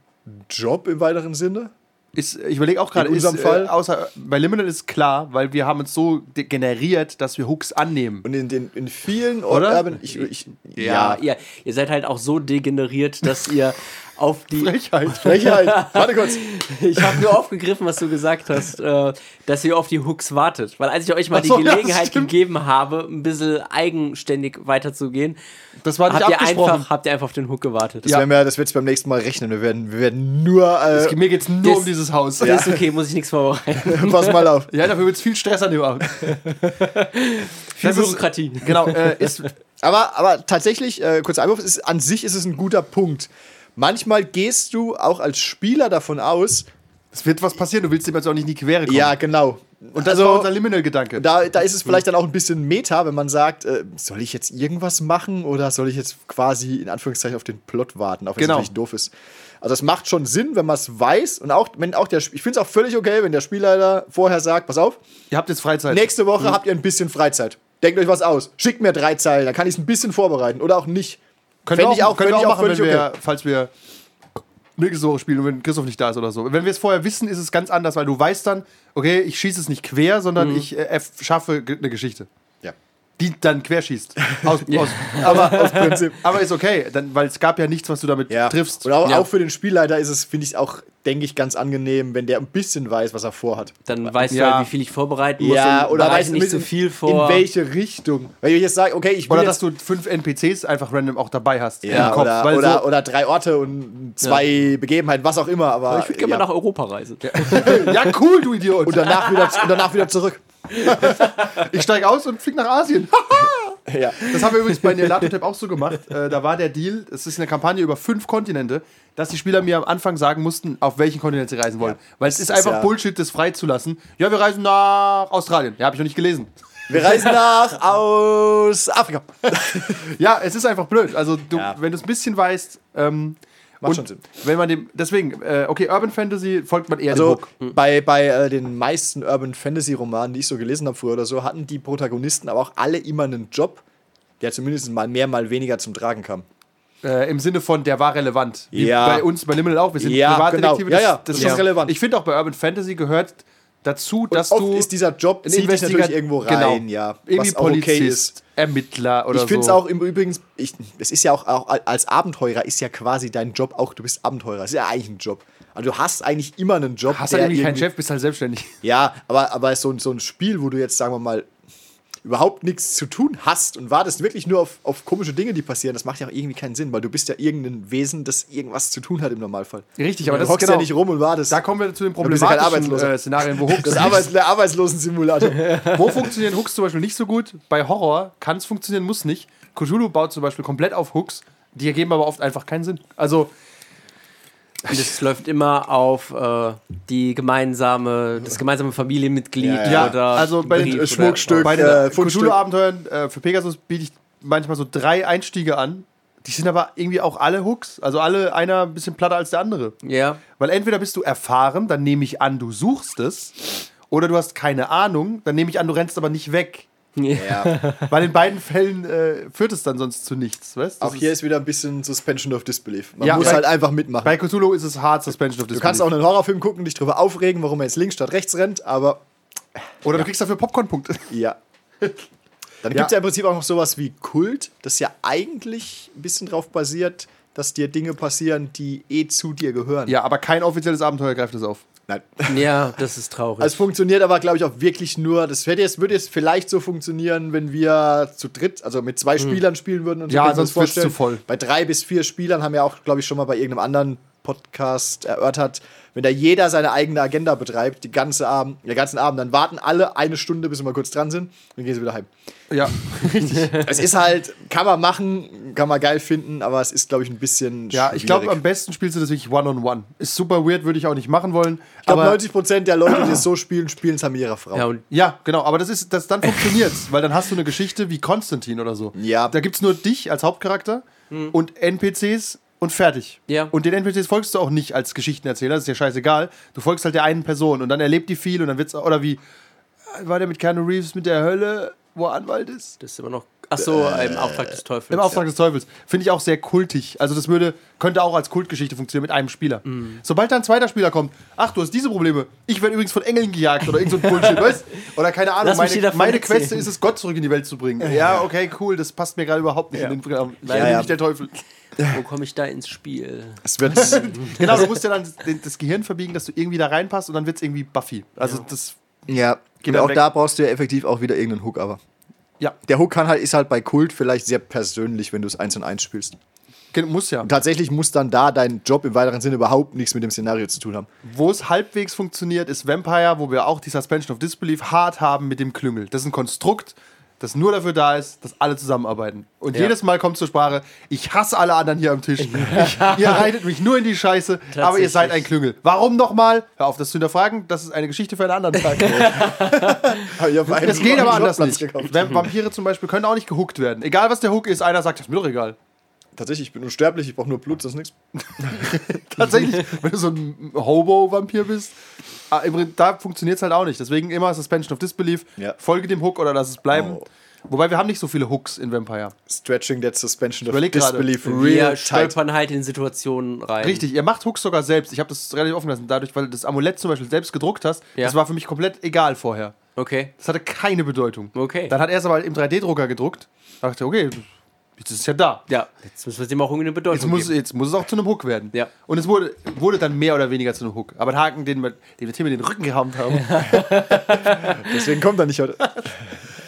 Job im weiteren Sinne. Ist, ich überlege auch gerade, In ist, unserem Fall? äh, außer bei Liminal ist klar, weil wir haben uns so de- generiert, dass wir Hooks annehmen. Und in, den, in vielen Oder? Urban. Ich, ich, Ja, ihr, ihr seid halt auch so degeneriert, dass ihr auf die. Frechheit. Frechheit. halt? Warte kurz. Ich habe nur aufgegriffen, was du gesagt hast, äh, dass ihr auf die Hooks wartet. Weil als ich euch mal Ach so, die ja, Gelegenheit stimmt. gegeben habe, ein bisschen eigenständig weiterzugehen, Das war nicht habt ihr, abgesprochen. einfach, habt ihr einfach auf den Hook gewartet. Das, Ja. werden wir, das wird's beim nächsten Mal rechnen. Wir werden, wir werden nur. Es- Äh, Mir geht es nur Das- um dieses Haus. Ja, Ist okay, muss ich nichts vorbereiten. pass mal auf. dafür wird es viel Stress an dem Abend. Viel Das ist- Bürokratie. Genau, äh, ist, Aber, aber tatsächlich, äh, kurzer Einwurf, ist, an sich ist es ein guter Punkt. Manchmal gehst du auch als Spieler davon aus, es wird was passieren, du willst dem jetzt auch nicht in die Quere kommen. Also Mhm. Ja, genau. Und das war unser Liminal-Gedanke. da, da ist es vielleicht dann auch ein bisschen Meta, wenn man sagt, äh, soll ich jetzt irgendwas machen oder soll ich jetzt quasi in Anführungszeichen auf den Plot warten, auch wenn Genau. es natürlich doof ist. Also es macht schon Sinn, wenn man es weiß und auch wenn auch der Sp- ich finde es auch völlig okay, wenn der Spielleiter vorher sagt, pass auf, Ihr habt jetzt Freizeit. nächste Woche habt ihr ein bisschen Freizeit. Denkt euch was aus. Schickt mir drei Zeilen, dann kann ich es ein bisschen vorbereiten oder auch nicht. Können wir Fänd auch, können fänd wir ich auch machen, wenn völlig wir, falls wir nächste Woche spielen und wenn Christoph nicht da ist oder so. Wenn wir es vorher wissen, ist es ganz anders, weil du weißt dann, okay, ich schieße es nicht quer, sondern Mhm. ich äh, f- schaffe ge- eine Geschichte, Ja. die dann quer schießt. Aus, aus, Aber aus Prinzip. aber ist okay, dann, weil es gab ja nichts, was du damit ja. triffst. Und auch, Ja. auch für den Spielleiter ist es, finde ich, auch, denke ich, ganz angenehm, wenn der ein bisschen weiß, was er vorhat. Dann weißt du Ja. halt, wie viel ich vorbereiten muss. ja, und oder bereite weißt du nicht so in- viel vor. In welche Richtung? Wenn ich jetzt sage, okay, ich will oder dass jetzt, du fünf NPCs einfach random auch dabei hast ja, im Kopf. oder, weil oder, so, oder drei Orte und zwei Begebenheiten, was auch immer. Aber ich würde gerne ja. mal nach Europa reisen. ja, cool, du Idiot. und danach wieder und danach wieder zurück. ich steige aus und flieg nach Asien. Ja. Das haben wir übrigens bei Nelatotep auch so gemacht. Äh, da war der Deal, es ist eine Kampagne über fünf Kontinente, dass die Spieler mir am Anfang sagen mussten, auf welchen Kontinent sie reisen wollen. Weil es ist ist einfach ja- Bullshit, das freizulassen. Ja, wir reisen nach Australien. Ja, habe ich noch nicht gelesen. Wir reisen nach aus Afrika. Ja, es ist einfach blöd. Also, du, Ja. wenn du es ein bisschen weißt. Ähm, Macht und schon Sinn. Wenn man dem, deswegen, äh, okay, Urban Fantasy folgt man eher dem Also Hook. bei, bei äh, den meisten Urban Fantasy Romanen, die ich so gelesen habe früher oder so, hatten die Protagonisten aber auch alle immer einen Job, der zumindest mal mehr, mal weniger zum Tragen kam. Äh, Im Sinne von, der war relevant. Wie Ja. bei uns, bei Liminal auch. Wir sind Ja, Privatdetektive. genau. Ja, ja, das ist ist relevant. Ich finde auch bei Urban Fantasy gehört dazu, dass Oft du. ist dieser Job zieht dich natürlich Investigat- irgendwo genau. rein, ja. Irgendwie auch Polizist, Ermittler oder Ich finde es so. auch im Übrigen, ich, es ist ja auch, auch als Abenteurer ist ja quasi dein Job auch, du bist Abenteurer, ist ja eigentlich ein Job. Also du hast eigentlich immer einen Job. Hast halt irgendwie keinen irgendwie- Chef, bist halt selbstständig. Ja, aber, aber so, ein- so ein Spiel, wo du jetzt, sagen wir mal, überhaupt nichts zu tun hast und wartest wirklich nur auf, auf komische Dinge, die passieren, das macht ja auch irgendwie keinen Sinn, weil du bist ja irgendein Wesen, das irgendwas zu tun hat im Normalfall. Richtig, aber Du das ist hockst genau. ja nicht rum und wartest. da kommen wir zu den Dann bist du kein problematischen Arbeitsloser. äh, Szenarien, wo Hooks, das Arbeits der Arbeitslosensimulator. wo funktionieren Hooks zum Beispiel nicht so gut. Bei Horror kann es funktionieren, muss nicht. Cthulhu baut zum Beispiel komplett auf Hooks, die ergeben aber oft einfach keinen Sinn. Also Und es läuft immer auf äh, die gemeinsame, das gemeinsame Familienmitglied Ja, Ja, Äh, oder also bei Brief den oder- Schmuckstück. Bei den äh, äh, Fundstück. Cthulhu-Abenteuern äh, für Pegasus biete ich manchmal so drei Einstiege an. Die sind aber irgendwie auch alle Hooks. Also alle einer ein bisschen platter als der andere. Ja. Weil entweder bist du erfahren, dann nehme ich an, du suchst es. Oder du hast keine Ahnung, dann nehme ich an, du rennst aber nicht weg. Ja. Weil in beiden Fällen äh, führt es dann sonst zu nichts, weißt du? Auch Das hier ist, ist wieder ein bisschen Suspension of Disbelief. Man Ja, muss bei- halt einfach mitmachen. bei Cthulhu ist es hart Suspension of du kannst auch einen Horrorfilm gucken, dich darüber aufregen, warum er jetzt links statt rechts rennt, aber Oder du kriegst dafür Popcorn-Punkte. ja. Dann Ja. gibt es ja im Prinzip auch noch sowas wie Kult, das ja eigentlich ein bisschen drauf basiert, dass dir Dinge passieren, die eh zu dir gehören. Ja, aber kein offizielles Abenteuer greift es auf. Nein. ja, das ist traurig. Also Es funktioniert aber, glaube ich, auch wirklich nur. Das hätte jetzt, würde jetzt vielleicht so funktionieren, wenn wir zu dritt, also mit zwei Spielern spielen würden. Und Hm. so Ja, könnte ich mir sonst das wird's vorstellen. zu voll. Bei drei bis vier Spielern haben wir auch, glaube ich, schon mal bei irgendeinem anderen Podcast erörtert, wenn da jeder seine eigene Agenda betreibt, die ganze Abend, den ganzen Abend, dann warten alle eine Stunde, bis wir mal kurz dran sind, dann gehen sie wieder heim. Ja, richtig. es ist halt, kann man machen, kann man geil finden, aber es ist, glaube ich, ein bisschen Ja, ich glaube, schwierig. am besten spielst du das wirklich one-on-one. Ist super weird, würde ich auch nicht machen wollen. Ich glaube, aber 90% der Leute, die es so spielen, spielen es mit ihrer Frau. ja, und ja, genau, aber das ist, das dann funktioniert's, weil dann hast du eine Geschichte wie Konstantin oder so. Ja. Hm. Da gibt's nur dich als Hauptcharakter und NPCs und fertig. Ja. Und den NPCs folgst du auch nicht als Geschichtenerzähler, das ist ja scheißegal. Du folgst halt der einen Person und dann erlebt die viel und dann wird's oder wie äh, war der mit Keanu Reeves mit der Hölle, wo er Anwalt ist? das ist immer noch. Ach so, im Auftrag des Teufels. Äh, Im Auftrag des Teufels. Finde ich auch sehr kultig. Also das würde, könnte auch als Kultgeschichte funktionieren mit einem Spieler. Sobald da ein zweiter Spieler kommt, ach, du hast diese Probleme. Ich werde übrigens von Engeln gejagt oder irgend so ein Bullshit, weißt? Oder keine Ahnung, Lass mich dir meine, davon meine erzählen. Queste ist es, Gott zurück in die Welt zu bringen. Ja, okay, cool, das passt mir gerade überhaupt nicht in den Programm. Leider Ja, ja. bin ich der Teufel. Ja. Wo komme ich da ins Spiel? Es wird Genau, du musst ja dann den- das Gehirn verbiegen, dass du irgendwie da reinpasst und dann wird es irgendwie Buffy. Also das, Ja, und dann auch weg. da brauchst du ja effektiv auch wieder irgendeinen Hook, aber. ja, Der Hook kann halt, ist halt bei Kult vielleicht sehr persönlich, wenn du es eins und eins spielst. Kind muss ja. Und tatsächlich muss dann da dein Job im weiteren Sinne überhaupt nichts mit dem Szenario zu tun haben. Wo es halbwegs funktioniert, ist Vampire, wo wir auch die Suspension of Disbelief hart haben mit dem Klüngel. Das ist ein Konstrukt, das nur dafür da ist, dass alle zusammenarbeiten. Und jedes Mal kommt zur Sprache, ich hasse alle anderen hier am Tisch. Ich, ihr reitet mich nur in die Scheiße, aber ihr seid ein Klüngel. Warum nochmal? Hör auf, das zu hinterfragen. Das ist eine Geschichte für einen anderen Tag. Das geht aber anders nicht. Vamp- Vampire zum Beispiel können auch nicht gehuckt werden. Egal was der Hook ist, einer sagt, das ist mir doch egal. Tatsächlich, ich bin unsterblich, ich brauche nur Blut, sonst nichts. Tatsächlich, wenn du so ein Hobo-Vampir bist, ah, im Prin- da funktioniert es halt auch nicht. Deswegen immer Suspension of Disbelief, Ja. folge dem Hook oder lass es bleiben. Oh. Wobei wir haben nicht so viele Hooks in Vampire. Stretching that suspension of überleg gerade. disbelief real Wir tight. stolpern halt in Situationen rein. Richtig, ihr macht Hooks sogar selbst. Ich habe das relativ offen lassen, dadurch, weil du das Amulett zum Beispiel selbst gedruckt hast, Ja. das war für mich komplett egal vorher. Okay. Das hatte keine Bedeutung. Okay. Dann hat er es aber im 3D-Drucker gedruckt. Da dachte ich, okay, jetzt ist es ja da. Ja, jetzt müssen wir dem auch irgendeine Bedeutung Jetzt muss, geben. jetzt muss es auch zu einem Hook werden. Ja. Und es wurde, wurde dann mehr oder weniger zu einem Hook. Aber ein Haken, den wir, den wir Tim in den Rücken gehauen haben, Deswegen kommt er nicht heute.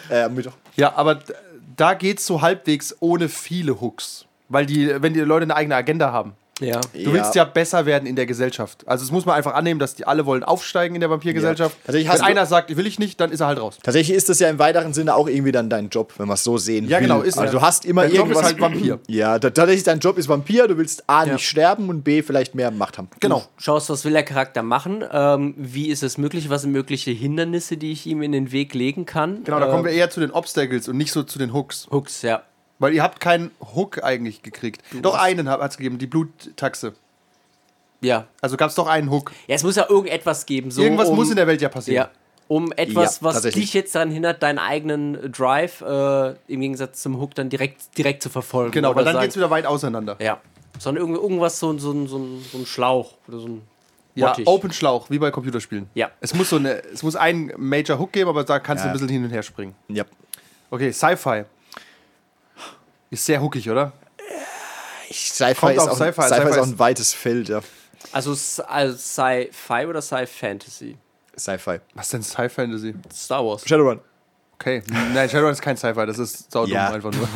äh, am Mittwoch. Ja, aber d- da geht's so halbwegs ohne viele Hooks. Weil die, wenn die Leute eine eigene Agenda haben. Ja. Du willst ja besser werden in der Gesellschaft. Also es muss man einfach annehmen, dass die alle wollen aufsteigen in der Vampirgesellschaft. Ja. Also Tatsächlich hast wenn du- einer sagt, will ich nicht, dann ist er halt raus. Tatsächlich ist das ja im weiteren Sinne auch irgendwie dann dein Job, wenn man es so sehen will. also du hast immer genau, Dein Job irgendwas. ist halt Vampir. Ja, da- tatsächlich dein Job ist Vampir, du willst A nicht sterben und B vielleicht mehr Macht haben. Genau. Schaust, was will der Charakter machen? Ähm, wie ist es möglich? Was sind mögliche Hindernisse, die ich ihm in den Weg legen kann? Äh, Genau, da kommen wir eher zu den Obstacles und nicht so zu den Hooks. Hooks, ja. Weil ihr habt keinen Hook eigentlich gekriegt. doch einen hat es gegeben, die Bluttaxe. Ja. Also gab's doch einen Hook. ja. Es muss ja irgendetwas geben. So Irgendwas um, muss in der Welt ja passieren. Ja. Um etwas, Ja, was tatsächlich. dich jetzt daran hindert, deinen eigenen Drive äh, im Gegensatz zum Hook dann direkt, direkt zu verfolgen. Genau, weil oder dann sagen- geht's wieder weit auseinander. Ja. Sondern irgend- irgendwas, so, ein- so, ein- so, ein- so ein Schlauch oder so ein Ja, Bottich. Open Schlauch, wie bei Computerspielen. Ja. Es muss so eine, es muss einen Major Hook geben, aber da kannst du ein Ja. bisschen hin und her springen. Ja. Okay, Sci-Fi. Ist sehr hookig, oder? Sci-Fi Kommt ist, auf auch, Sci-Fi. Sci-Fi ist Sci-Fi auch ein weites Feld, ja. Also, s- also Sci-Fi oder Sci-Fantasy? Sci-Fi. Was denn Sci-Fantasy? Star Wars. Shadowrun. Okay. Nein, Shadowrun ist kein Sci-Fi, das ist saudumm Ja. einfach nur.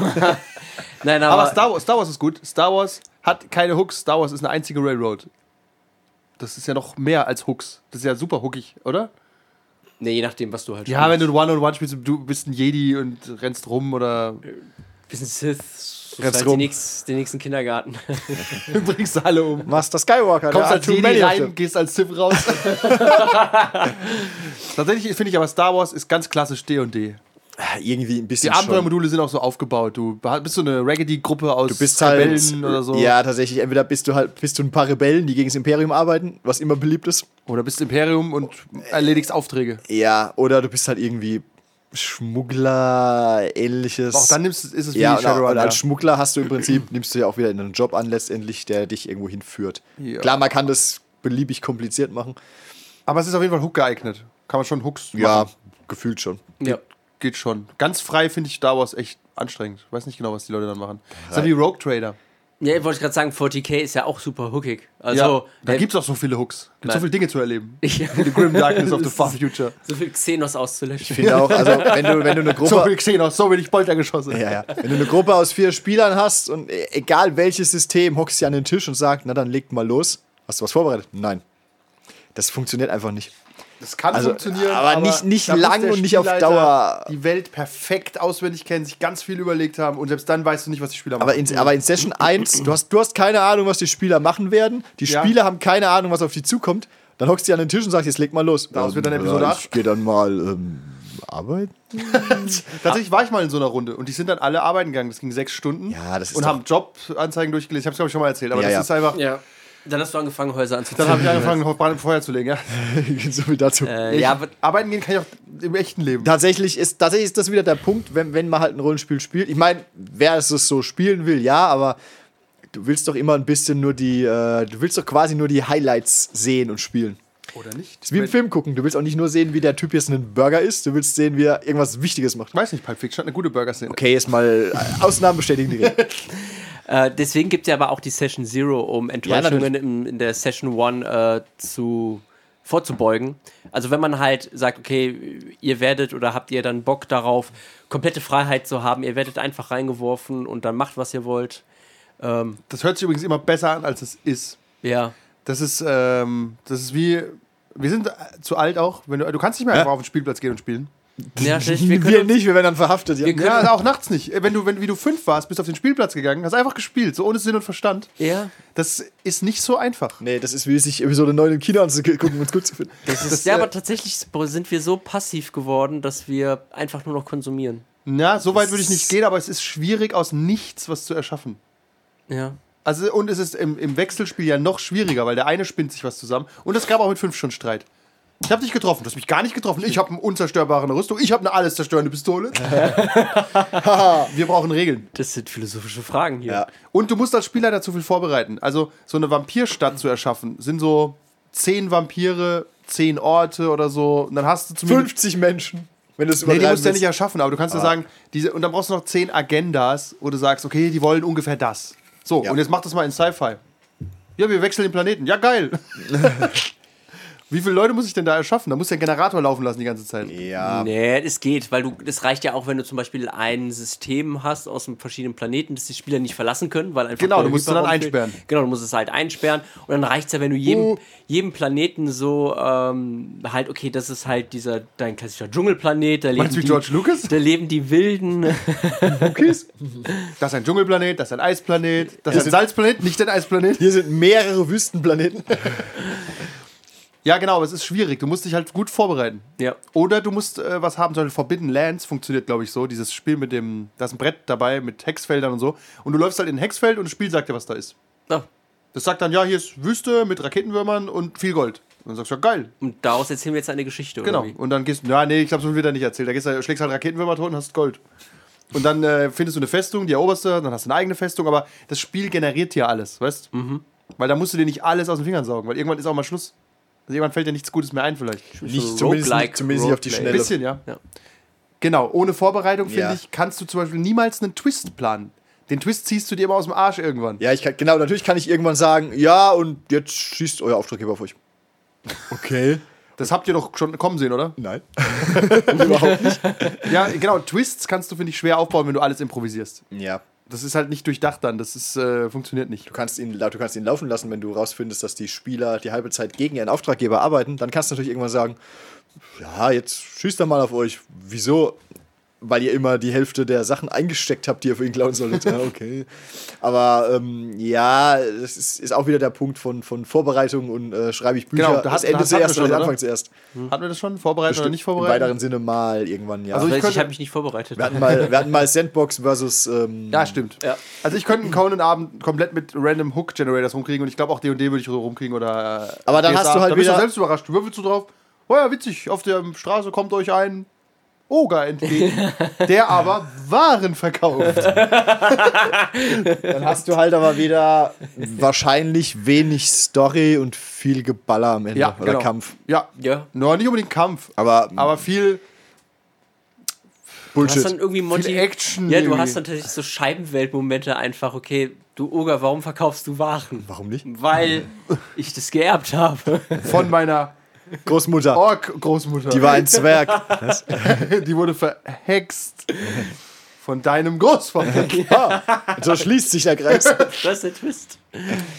Nein, aber, Aber Star Wars, Star Wars ist gut. Star Wars hat keine Hooks, Star Wars ist eine einzige Railroad. Das ist ja noch mehr als Hooks. Das ist ja super hookig, oder? Nee, je nachdem, was du halt Ja, wenn du ein One-on-One spielst, du bist ein Jedi und rennst rum oder Bist ein Sith. Das Rennst ist halt die rum, nächst, den nächsten Kindergarten. Du bringst sie alle um. Master Skywalker, Kommst der halt als Jedi rein, gehst als Sith raus. Tatsächlich finde ich aber Star Wars ist ganz klassisch D und D. Irgendwie ein bisschen Die schon. Abenteuermodule sind auch so aufgebaut. Du bist so eine Raggedy-Gruppe aus Du bist halt Rebellen oder so. Ja, tatsächlich. Entweder bist du halt bist du ein paar Rebellen, die gegen das Imperium arbeiten, was immer beliebt ist. Oder bist Imperium und erledigst Aufträge. Ja, oder du bist halt irgendwie Schmuggler, ähnliches. Auch dann nimmst, du- ist es wie ja, genau. und, Shadowrun. und als Ja. Schmuggler hast du im Prinzip, nimmst du ja auch wieder einen Job an, letztendlich, der dich irgendwo hinführt. Ja. Klar, man kann das beliebig kompliziert machen. Aber es ist auf jeden Fall Hook geeignet. Kann man schon Hooks machen. Ja, gefühlt schon. ja. Geht schon. Ganz frei finde ich Star Wars echt anstrengend. Ich weiß nicht genau, was die Leute dann machen. Das sind die Rogue Trader. Ja, wollte ich gerade sagen, 40k ist ja auch super hookig. Ja, Also, da äh, gibt es auch so viele Hooks. Gibt so Nein. viele Dinge zu erleben. ich, The Grim Darkness of the Far Future. so viel Xenos auszulöschen. Finde auch, also wenn du, wenn du eine Gruppe. So viel Xenos, so wenig Boltergeschosse. Ja, ja. Wenn du eine Gruppe aus vier Spielern hast und e- egal welches System, hockst du an den Tisch und sagst, na dann legt mal los. Hast du was vorbereitet? Nein. Das funktioniert einfach nicht. Das kann Also, funktionieren. aber nicht- nicht da muss lang der und nicht auf Spielleiter Dauer. Die Welt perfekt auswendig kennen, sich ganz viel überlegt haben und selbst dann weißt du nicht, was die Spieler machen. Aber in, aber in Session 1, du hast, du hast keine Ahnung, was die Spieler machen werden. Die Ja. Spieler haben keine Ahnung, was auf die zukommt. Dann hockst du an den Tisch und sagst, jetzt leg mal los. Daraus wird dann Ähm, Episode ja, Ich acht. gehe dann mal ähm, arbeiten. Tatsächlich war ich mal in so einer Runde und die sind dann alle arbeiten gegangen. Das ging sechs Stunden. Ja, das ist und doch- haben Jobanzeigen durchgelesen. Ich habe es, glaube ich, schon mal erzählt. Aber Ja, das ja. ist einfach. Ja. Dann hast du angefangen, Häuser Dann anzuzünden. habe ich angefangen, auf Brand Feuer zu legen. Ja. so viel dazu. Äh, ja, aber Arbeiten gehen kann ich auch im echten Leben. Tatsächlich ist, tatsächlich ist das wieder der Punkt, wenn, wenn man halt ein Rollenspiel spielt. Ich meine, wer es so spielen will, ja, aber du willst doch immer ein bisschen nur die, äh, du willst doch quasi nur die Highlights sehen und spielen. Oder nicht? Das ist wie im Film gucken. Du willst auch nicht nur sehen, wie der Typ jetzt einen Burger isst, du willst sehen, wie er irgendwas Wichtiges macht. Ich weiß nicht, Pulp Fiction hat eine gute Burger-Szene. Okay, jetzt mal äh, Ausnahmen bestätigen die Regel. äh, deswegen gibt es ja aber auch die Session Zero, um Enttäuschungen natürlich. im, in der Session One äh, zu vorzubeugen. Also wenn man halt sagt, okay, ihr werdet oder habt ihr dann Bock darauf, komplette Freiheit zu haben, ihr werdet einfach reingeworfen und dann macht, was ihr wollt. Das hört sich übrigens immer besser an, als es ist. Ja. Das ist, ähm, das ist wie. Wir sind äh, zu alt auch. Wenn du, du kannst nicht mehr einfach auf den Spielplatz gehen und spielen. ja schlecht, Also wir Wir, können nicht, wir werden dann verhaftet. Ja. Wir können- Ja, auch nachts nicht. Äh, Wenn du, wenn, wie du fünf warst, bist du auf den Spielplatz gegangen, hast einfach gespielt, so ohne Sinn und Verstand. Ja. Das ist nicht so einfach. Nee, das ist wie sich Episode 9 im Kino anzugucken, um es gut zu finden. Das, ja, aber tatsächlich sind wir so passiv geworden, dass wir einfach nur noch konsumieren. Na, so weit würde ich nicht gehen, aber es ist schwierig, aus nichts was zu erschaffen. Ja. Also, und es ist im, im Wechselspiel ja noch schwieriger, weil der eine spinnt sich was zusammen. Und es gab auch mit fünf schon Streit. Ich habe dich getroffen, du hast mich gar nicht getroffen. Ich habe eine unzerstörbare Rüstung, ich habe eine alles zerstörende Pistole. Haha, Wir brauchen Regeln. Das sind philosophische Fragen hier. Ja. Und du musst als Spieler dazu viel vorbereiten. Also so eine Vampirstadt zu erschaffen, sind so zehn Vampire, zehn Orte oder so. Und dann hast du zumindest. 50 Menschen, wenn du es Nee, die übertreiben musst du ja nicht willst. erschaffen, aber du Ah. kannst ja sagen, diese, und dann brauchst du noch zehn Agendas, wo du sagst, okay, die wollen ungefähr das. So, Ja. und jetzt mach das mal in Sci-Fi. Ja, wir wechseln den Planeten. Ja, geil. Wie viele Leute muss ich denn da erschaffen? Da musst du den Generator laufen lassen die ganze Zeit. Ähm, Ja, Nee, es geht, weil du, das reicht ja auch, wenn du zum Beispiel ein System hast aus einem verschiedenen Planeten, das die Spieler nicht verlassen können, weil einfach. Genau, der du musst es dann Hyperraum fehlt. einsperren. Genau, du musst es halt einsperren und dann reicht es ja, wenn du jedem, Uh. jedem Planeten so ähm, halt, okay, das ist halt dieser, dein klassischer Dschungelplanet, da leben, Meinst du wie die, George Lucas? da leben die Wilden. Das ist ein Dschungelplanet, das ist ein Eisplanet, das ist ein Salzplanet, nicht ein Eisplanet. hier sind mehrere Wüstenplaneten. Ja, genau, aber es ist schwierig. Du musst dich halt gut vorbereiten. Ja. Oder du musst äh, was haben, zum Beispiel Forbidden Lands funktioniert, glaube ich, so. Dieses Spiel mit dem, da ist ein Brett dabei mit Hexfeldern und so. Und du läufst halt in ein Hexfeld und das Spiel sagt dir, was da ist. Ah, Das sagt dann, ja, hier ist Wüste mit Raketenwürmern und viel Gold. Und dann sagst du, ja, geil. Und daraus erzählen wir jetzt eine Geschichte, Genau. oder? Wie? Und dann gehst du, ja, nee, ich glaube, es wieder nicht erzählt. Da gehst du, schlägst halt Raketenwürmer tot und hast Gold. Und dann äh, findest du eine Festung, die eroberst du, dann hast du eine eigene Festung, aber das Spiel generiert dir alles, weißt? Mhm. Weil da musst du dir nicht alles aus den Fingern saugen, weil irgendwann ist auch mal Schluss. Also irgendwann fällt dir nichts Gutes mehr ein vielleicht. So Nicht, zumindest, roguelike nicht, zumindest nicht auf die Roleplay. Ein Schnelle. bisschen, ja. Ja. Genau, ohne Vorbereitung, finde Ja. ich, kannst du zum Beispiel niemals einen Twist planen. Den Twist ziehst du dir immer aus dem Arsch irgendwann. Ja, ich kann, genau, natürlich kann ich irgendwann sagen, ja, und jetzt schießt euer Auftraggeber auf euch. Okay. Das habt ihr doch schon kommen sehen, oder? Nein. Überhaupt nicht. ja, genau, Twists kannst du, finde ich, schwer aufbauen, wenn du alles improvisierst. Ja. Das ist halt nicht durchdacht dann, das ist, äh, funktioniert nicht. Du kannst, ihn, du kannst ihn laufen lassen, wenn du rausfindest, dass die Spieler die halbe Zeit gegen ihren Auftraggeber arbeiten. Dann kannst du natürlich irgendwann sagen, ja, jetzt schießt er mal auf euch. Wieso? weil ihr immer die Hälfte der Sachen eingesteckt habt, die ihr für ihn klauen solltet. Ja, okay. Aber ähm, ja, das ist, ist auch wieder der Punkt von, von Vorbereitung und äh, schreibe ich Bücher. Genau, da das hat- Ende das hatten wir zuerst schon, oder den oder? Anfang zuerst. Hatten wir das schon? Vorbereitet oder nicht Im vorbereitet? weiteren Sinne mal irgendwann, ja. Also ich Ich, ich könnte- habe mich nicht vorbereitet. wir, hatten mal, wir hatten mal Sandbox versus. Ähm, Ja, stimmt. Ja. Also ich könnte einen Conan-Abend komplett mit random Hook-Generators rumkriegen und ich glaube auch D&D würde ich so rumkriegen oder äh, Aber dann hast du halt da bist du wieder- selbst überrascht. Würfelst du drauf? Oh ja, witzig, auf der Straße kommt euch ein Oger entgegen, der aber Waren verkauft. Dann hast du halt aber wieder wahrscheinlich wenig Story und viel Geballer am Ende oder Kampf. Ja. Ja. No, nicht unbedingt Kampf, Aber, aber viel, Du hast dann Bullshit. irgendwie Monty. viel Action. ja, du irgendwie. hast dann tatsächlich so Scheibenweltmomente einfach, okay, du Oger, warum verkaufst du Waren? Warum nicht? Weil ich das geerbt habe. von meiner Großmutter. Oh. Ork-Großmutter. Die war ein Zwerg. Die wurde verhext von deinem Großvater. Ah, so schließt sich der Kreis. Das ist der Twist.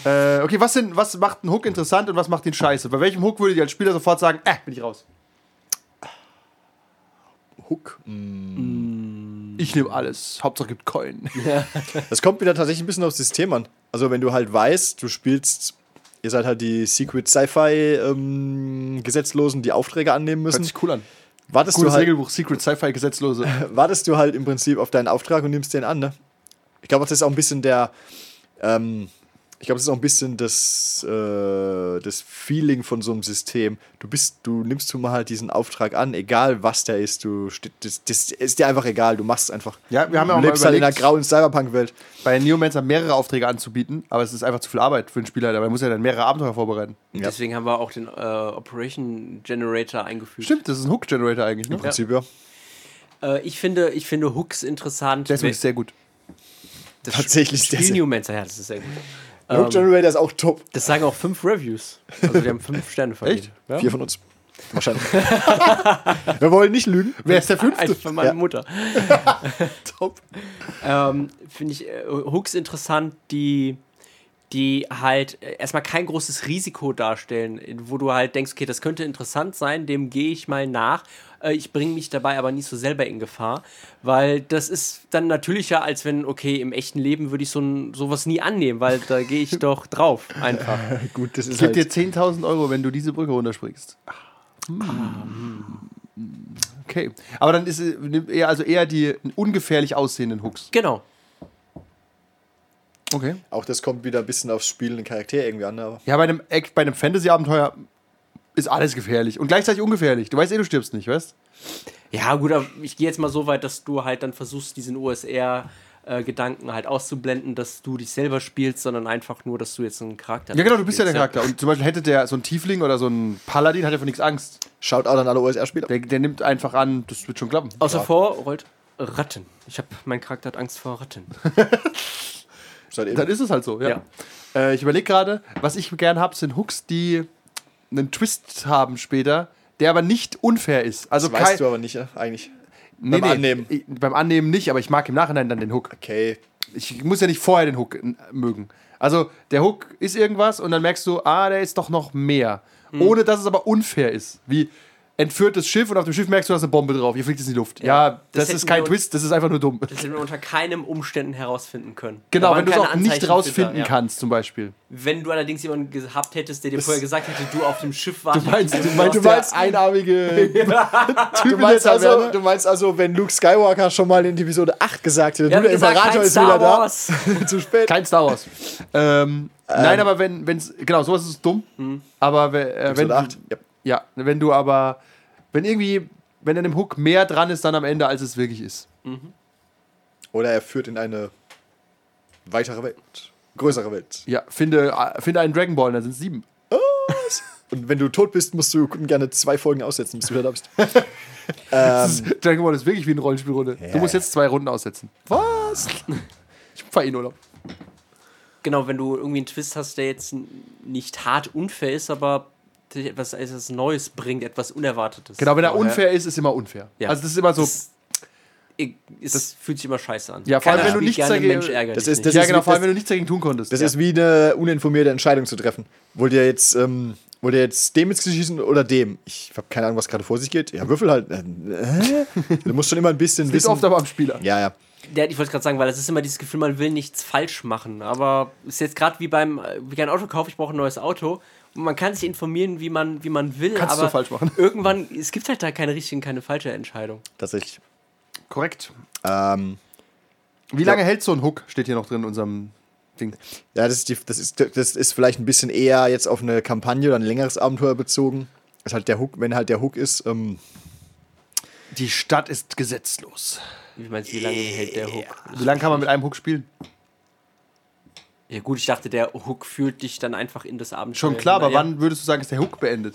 Äh, okay, was, denn, was macht einen Hook interessant und was macht ihn scheiße? Bei welchem Hook würdet ihr als Spieler sofort sagen, äh, bin ich raus? Hook. Ich nehme alles. Hauptsache gibt Coin. Das kommt wieder tatsächlich ein bisschen aufs System an. Also, wenn du halt weißt, du spielst, ihr seid halt die Secret Sci-Fi-Gesetzlosen, die Aufträge annehmen müssen, cool an. wartest du, Cooles halt, Regelbuch, Secret Sci-Fi Gesetzlose. wartest du halt im Prinzip auf deinen Auftrag und nimmst den an, ne? Ich glaube, das ist auch ein bisschen der. Ähm, ich glaube, das ist auch ein bisschen das, äh, das Feeling von so einem System. Du bist, du nimmst du mal halt diesen Auftrag an, egal was der ist. Du, ste- das, das ist dir einfach egal. Du machst es einfach. Ja, wir haben ja du auch mal lebst halt in einer überlegt, grauen Cyberpunk-Welt. bei Neomancer mehrere Aufträge anzubieten, aber es ist einfach zu viel Arbeit für einen Spieler. Dabei muss er dann mehrere Abenteuer vorbereiten. Ja. Deswegen haben wir auch den äh, Operation Generator eingefügt. Stimmt, das ist ein Hook-Generator eigentlich. Ne? Im Prinzip, ja. Äh, ich, finde, ich finde Hooks interessant. Deswegen ist es sehr gut. das tatsächlich Spiel sehr, sehr- Newmancer, ja, das ist sehr gut. Hook Generator ist auch top. Das sagen auch fünf Reviews. Also wir haben fünf Sterne vergeben. Echt? Ja. Vier von uns. Wahrscheinlich. Wir wollen nicht lügen. Wer ist der Eins Fünfte? von meiner Ja. Mutter. Top. Ähm, Finde ich äh, Hooks interessant, die, die halt äh, erstmal kein großes Risiko darstellen, in- wo du halt denkst, okay, das könnte interessant sein, dem gehe ich mal nach. Äh, ich bringe mich dabei aber nicht so selber in Gefahr, weil das ist dann natürlicher, als wenn, okay, im echten Leben würde ich so ein, sowas nie annehmen, weil da gehe ich doch drauf einfach. Gut, das ist halt Ich gebe dir 10.000 Euro, wenn du diese Brücke runterspringst. Ah. Okay. Aber dann ist es nimm eher, also eher die ungefährlich aussehenden Hooks. Genau. Okay. auch das kommt wieder ein bisschen aufs spielende Charakter irgendwie an, aber Ja, bei einem, Act- bei einem Fantasy-Abenteuer ist alles gefährlich und gleichzeitig ungefährlich. Du weißt eh, du stirbst nicht, weißt? Ja, gut, aber ich gehe jetzt mal so weit, dass du halt dann versuchst, diesen OSR-Gedanken halt auszublenden, dass du dich selber spielst, sondern einfach nur, dass du jetzt einen Charakter Ja, genau, du bist ja der spielst, Charakter. Und zum Beispiel hätte der so ein Tiefling oder so ein Paladin, hat ja von nichts Angst. schaut auch an alle OSR-Spieler. Der, der nimmt einfach an, das wird schon klappen. Außer vor rollt Ratten. Ich habe mein Charakter hat Angst vor Ratten. Seid Dann eben. ist es halt so, ja. Ja. Äh, ich überlege gerade, was ich gern habe, sind Hooks, die einen Twist haben später, der aber nicht unfair ist. Also Das weißt kein- du aber nicht, ja, eigentlich. nee, beim nee, Annehmen. Ich, beim Annehmen nicht, aber ich mag im Nachhinein dann den Hook. Okay. ich muss ja nicht vorher den Hook n- mögen. Also der Hook ist irgendwas und dann merkst du, ah, der ist doch noch mehr. Hm. Ohne dass es aber unfair ist. Wie entführtes Schiff und auf dem Schiff merkst du, da ist eine Bombe drauf, ihr fliegt es in die Luft. Ja, das das, ist hätten kein wir- Twist, das ist einfach nur dumm. Das hätten wir unter keinem Umständen herausfinden können. Da Genau, wenn waren du es keine auch nicht Anzeichen rausfinden für- ja. kannst, zum Beispiel. Wenn du allerdings jemanden gehabt hättest, der dir vorher gesagt hätte, du auf dem Schiff warst. Du meinst, du meinst, der einarmige Du meinst, also, du meinst also, wenn Luke Skywalker schon mal in Episode 8 gesagt hätte, Wir du, haben der gesagt, Imperator kein ist Star wieder Wars. da. Zu spät. Kein Star Wars. ähm, nein, aber wenn, wenn's, genau, sowas ist dumm. Aber we- äh, wenn, Episode 8. Ja. Ja, wenn du aber, wenn irgendwie, wenn an dem Hook mehr dran ist dann am Ende, als es wirklich ist. Oder er führt in eine weitere Welt. Größere Welt. Ja, finde, äh, finde einen Dragon Ball, dann sind es sieben. Und wenn du tot bist, musst du gerne zwei Folgen aussetzen, bis du wieder da bist. Dragon Ball ist wirklich wie eine Rollenspielrunde. du musst ja. jetzt zwei Runden aussetzen. Was? Ich fahr eh in Urlaub. Genau, wenn du irgendwie einen Twist hast, der jetzt n- nicht hart unfair ist, aber tatsächlich etwas, etwas Neues bringt, etwas Unerwartetes. Genau, wenn er Vorher- unfair ist, ist immer unfair. Ja. Also das ist immer so, Das- es fühlt sich immer scheiße an. Ja, vor allem, Keiner wenn du spielt nichts gerne dagegen- Mensch ärgert das dich ist- nicht. das ja, genau, wie- vor allem, wenn du nichts dagegen tun konntest. Das ja. ist wie eine uninformierte Entscheidung zu treffen. Wollt ihr jetzt, ähm, wollt ihr jetzt dem ins Gesicht schießen oder dem? Ich habe keine Ahnung, was gerade vor sich geht. Ja, würfel halt. Äh, du musst schon immer ein bisschen Liegt wissen. oft aber am Spieler. ja, ja. Ja, ich wollte gerade sagen, weil es ist immer dieses Gefühl, man will nichts falsch machen. Aber es ist jetzt gerade wie beim, äh, wie ein Auto kaufe, ich brauche ein neues Auto. Und man kann sich informieren, wie man, wie man will. Kannst du aber falsch machen. Irgendwann, es gibt halt da keine richtige, keine falsche Entscheidung. Tatsächlich. Korrekt. Ähm, Wie lange hält so ein Hook? Steht hier noch drin in unserem Ding. ja, das ist, die, das, ist, das ist vielleicht ein bisschen eher jetzt auf eine Kampagne oder ein längeres Abenteuer bezogen. Ist halt der Hook, wenn halt der Hook ist, ähm, Die Stadt ist gesetzlos. Wie meinst du, wie lange hält der Hook? Wie lange kann man mit einem Hook spielen? Ja gut, ich dachte, der Hook führt dich dann einfach in das Abenteuer. Schon klar, aber ja. wann würdest du sagen, ist der Hook beendet?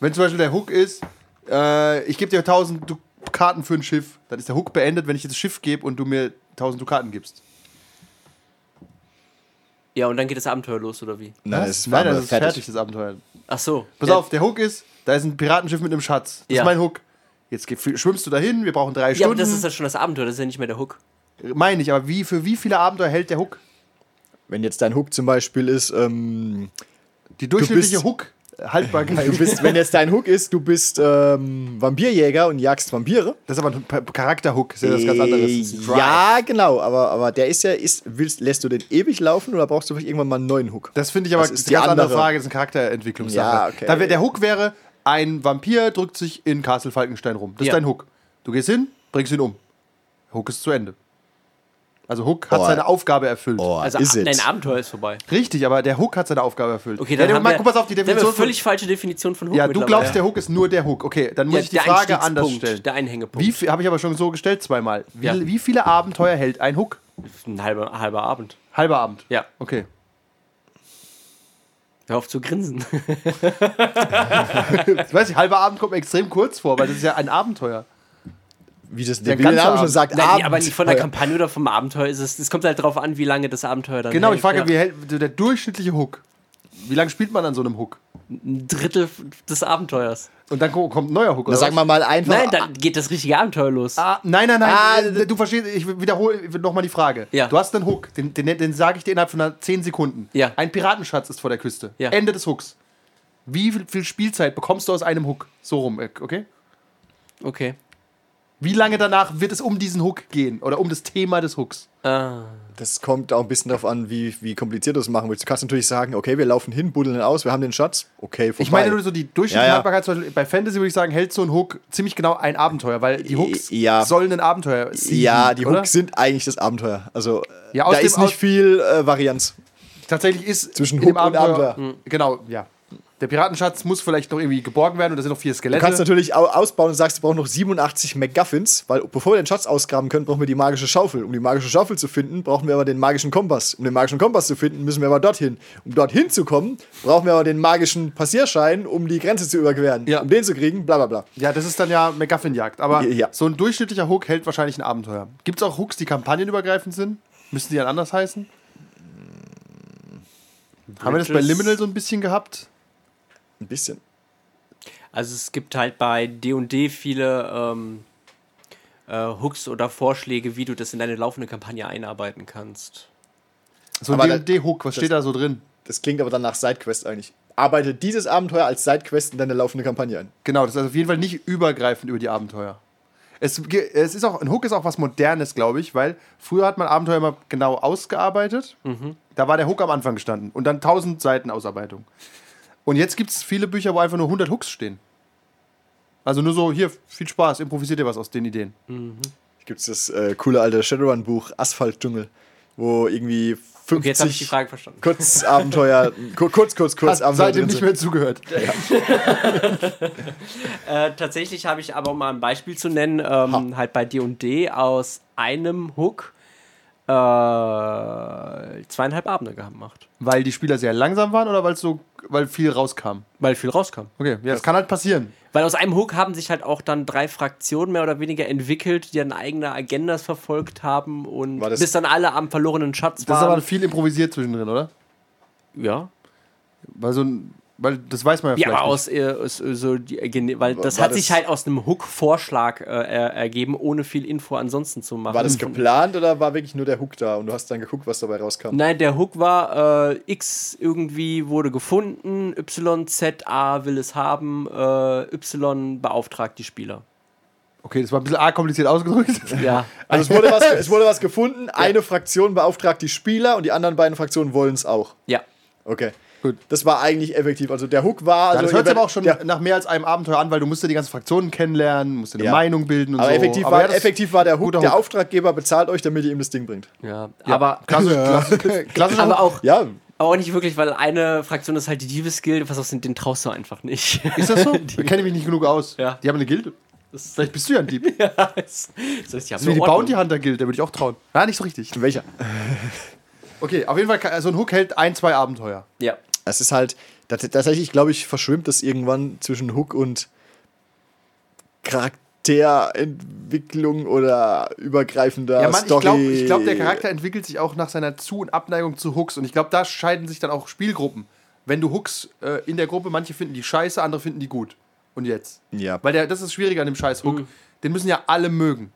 Wenn zum Beispiel der Hook ist, äh, ich gebe dir 1000 Du- Karten für ein Schiff, dann ist der Hook beendet, wenn ich dir das Schiff gebe und du mir 1000 Dukaten gibst. Ja, und dann geht das Abenteuer los, oder wie? nein, Was? es ist, Nein, das aber ist fertig. das Abenteuer. Ach so. Pass ja, auf, der Hook ist, da ist ein Piratenschiff mit einem Schatz. Das Ja. ist mein Hook. Jetzt geh- schwimmst du dahin, wir brauchen drei Ja, aber Stunden. das ist ja schon das Abenteuer, das ist ja nicht mehr der Hook. Meine ich, aber wie, für wie viele Abenteuer hält der Hook? Wenn jetzt dein Hook zum Beispiel ist, ähm, Die durchschnittliche bist- Hook Haltbarkeit. du bist, wenn jetzt dein Hook ist, du bist ähm, Vampirjäger und jagst Vampire. Das ist aber ein Pa- Charakterhook, ist ja das ganz Äh, anderes. Das ist ein Drive. Ja, genau, aber, aber der ist ja, ist, willst, lässt du den ewig laufen oder brauchst du vielleicht irgendwann mal einen neuen Hook? Das finde ich aber Das das ist ist die eine ganz andere andere. Frage, das ist eine Charakterentwicklungssache. Ja, okay. da wär, der Hook wäre, ein Vampir drückt sich in Castle Falkenstein rum. Das Ja. ist dein Hook. Du gehst hin, bringst ihn um. Hook ist zu Ende. Also Hook hat Oh. seine Aufgabe erfüllt. Oh, Also ah, is it? dein Abenteuer ist vorbei. Richtig, aber der Hook hat seine Aufgabe erfüllt. Okay, dann ja, haben mal, wir, guck, pass auf die dann haben wir Definition. von- völlig falsche Definition von Hook ja, du glaubst, mittlerweile. der Hook ist nur der Hook. Okay, dann muss Ja, ich die der Frage anders Einstiegspunkt, stellen. der Einhängepunkt. Wie viel, habe ich aber schon so gestellt zweimal. Wie, Ja. wie viele Abenteuer hält ein Hook? Ein halber, halber Abend. Halber Abend. Ja. Okay. Hör auf zu grinsen. Ich weiß nicht, halber Abend kommt mir extrem kurz vor, weil das ist ja ein Abenteuer. wie das der der, wie der ganze Name schon Abend. sagt, Nein, nee, aber nicht von der Abenteuer. Kampagne oder vom Abenteuer ist es. Es kommt halt drauf an, wie lange das Abenteuer dann Genau, hält. ich frage, ja. wie hält der durchschnittliche Hook? Wie lange spielt man an so einem Hook? Ein Drittel des Abenteuers. Und dann ko- kommt ein neuer Hook. Na, Oder sagen wir mal einfach. Nein, dann geht das richtige Abenteuer los. Ah, nein, nein, nein. Ah, äh, du verstehst, ich wiederhole nochmal die Frage. Ja. Du hast einen Hook, den, den, den sage ich dir innerhalb von einer 10 Sekunden. Ja. Ein Piratenschatz ist vor der Küste. Ja. Ende des Hooks. Wie viel, viel Spielzeit bekommst du aus einem Hook? So rum, äh, okay? Okay. Wie lange danach wird es um diesen Hook gehen? Oder um das Thema des Hooks? Ah. das kommt auch ein bisschen darauf an, wie, wie kompliziert du es machen willst. Du kannst natürlich sagen, okay, wir laufen hin, buddeln ihn aus, wir haben den Schatz. Okay, vorbei. Ich meine nur so die Ja, ja. durchschnittliche Haltbarkeit, zum Beispiel bei Fantasy würde ich sagen, hält so ein Hook ziemlich genau ein Abenteuer, weil die Hooks Ja. sollen ein Abenteuer sein. ja, die oder? Hooks sind eigentlich das Abenteuer. Also, Ja, aus da dem- ist nicht aus- viel äh, Varianz. Tatsächlich ist Zwischen in dem Hook und Abenteuer- Abenteuer. Genau, ja. Der Piratenschatz muss vielleicht noch irgendwie geborgen werden und da sind noch vier Du kannst Skelette. natürlich au- ausbauen und sagst, wir brauchen noch 87 McGuffins, weil bevor wir den Schatz ausgraben können, brauchen wir die magische Schaufel. Um die magische Schaufel zu finden, brauchen wir aber den magischen Kompass. Um den magischen Kompass zu finden, müssen wir aber dorthin. Um dorthin zu kommen, brauchen wir aber den magischen Passierschein, um die Grenze zu überqueren. Ja. Um den zu kriegen, bla bla bla. Ja, das ist dann ja MacGuffin-Jagd. Aber Ja. so ein durchschnittlicher Hook hält wahrscheinlich ein Abenteuer. Gibt es auch Hooks, die kampagnenübergreifend sind? Müssen die dann anders heißen? Haben wir das bei Bridges. Liminal so ein bisschen gehabt? Ein bisschen. Also es gibt halt bei D&D viele ähm, äh, Hooks oder Vorschläge, wie du das in deine laufende Kampagne einarbeiten kannst. So ein Aber da- D&D-Hook, was steht da so drin? Das klingt aber dann nach Sidequest eigentlich. Arbeite dieses Abenteuer als Sidequest in deine laufende Kampagne ein. Genau, das ist auf jeden Fall nicht übergreifend über die Abenteuer. Es, ge- es ist auch, ein Hook ist auch was Modernes, glaube ich, weil früher hat man Abenteuer immer genau ausgearbeitet. Da war der Hook am Anfang gestanden und dann 1000 Seiten Ausarbeitung. Und jetzt gibt es viele Bücher, wo einfach nur 100 Hooks stehen. Also nur so, hier, viel Spaß, improvisiert ihr was aus den Ideen. Gibt es das äh, coole alte Shadowrun-Buch Asphaltdschungel, wo irgendwie 50 Okay, jetzt habe ich die Frage verstanden. Kurzabenteuer, kur- kurz, kurz, kurz Hast Also, seitdem drin nicht sind. mehr zugehört. Äh, tatsächlich habe ich aber, um mal ein Beispiel zu nennen, ähm, halt bei D&D aus einem Hook äh, zweieinhalb Abende gemacht. Weil die Spieler sehr langsam waren oder weil so, weil viel rauskam? Weil viel rauskam. Okay, ja, das kann halt passieren. Weil aus einem Hook haben sich halt auch dann drei Fraktionen mehr oder weniger entwickelt, die dann eigene Agendas verfolgt haben und War das- bis dann alle am verlorenen Schatz Das ist waren. aber viel improvisiert zwischendrin, oder? ja. Weil so ein, Weil das weiß man ja Ja, vielleicht. nicht. aber aus, äh, aus äh, so die, äh, gene- weil das War hat das- sich halt aus einem Hook-Vorschlag äh, er- ergeben, ohne viel Info ansonsten zu machen. War das geplant oder war wirklich nur der Hook da und du hast dann geguckt, was dabei rauskam? Nein, der Hook war äh, X irgendwie wurde gefunden, Y Z A will es haben, äh, Y beauftragt die Spieler. Okay, das war ein bisschen arg kompliziert ausgedrückt. Ja. Also es wurde, was, es wurde was gefunden, eine Fraktion beauftragt die Spieler und die anderen beiden Fraktionen wollen es auch. ja. Okay. Gut. Das war eigentlich effektiv. Also der Hook war. Ja, Also das hört sich aber auch schon Der, nach mehr als einem Abenteuer an, weil du musst ja die ganzen Fraktionen kennenlernen, musst dir eine Ja. Meinung bilden und aber so. effektiv, ja, war, das- effektiv war der Hook, guter der Hook. Auftraggeber bezahlt euch, damit ihr ihm das Ding bringt. Ja. Aber, Klassisch, klassisch, klassisch aber auch. Ja, Aber auch nicht wirklich, weil eine Fraktion ist halt die Diebesgilde, was aus den, den traust du einfach nicht. Ist das so? Da kenne ich mich nicht genug aus. Ja. Die haben eine Gilde. Vielleicht bist du ja ein Dieb. Das das heißt, die haben ist wie die eine Ordnung. Bounty Hunter Gilde, da würde ich auch trauen. Na, nicht so richtig. welcher? Okay, auf jeden Fall, kann- so ein Hook hält ein, zwei Abenteuer. Ja. Es ist halt, tats- tatsächlich, glaube ich, verschwimmt das irgendwann zwischen Hook und Charakterentwicklung oder übergreifender Ja, Mann, ich Story. glaube, ich glaub, der Charakter entwickelt sich auch nach seiner Zu- und Abneigung zu Hooks. Und ich glaube, da scheiden sich dann auch Spielgruppen. Wenn du Hooks äh, in der Gruppe, manche finden die scheiße, andere finden die gut. Und jetzt? Ja. Weil der, das ist schwierig an dem scheiß Hook. Den müssen ja alle mögen.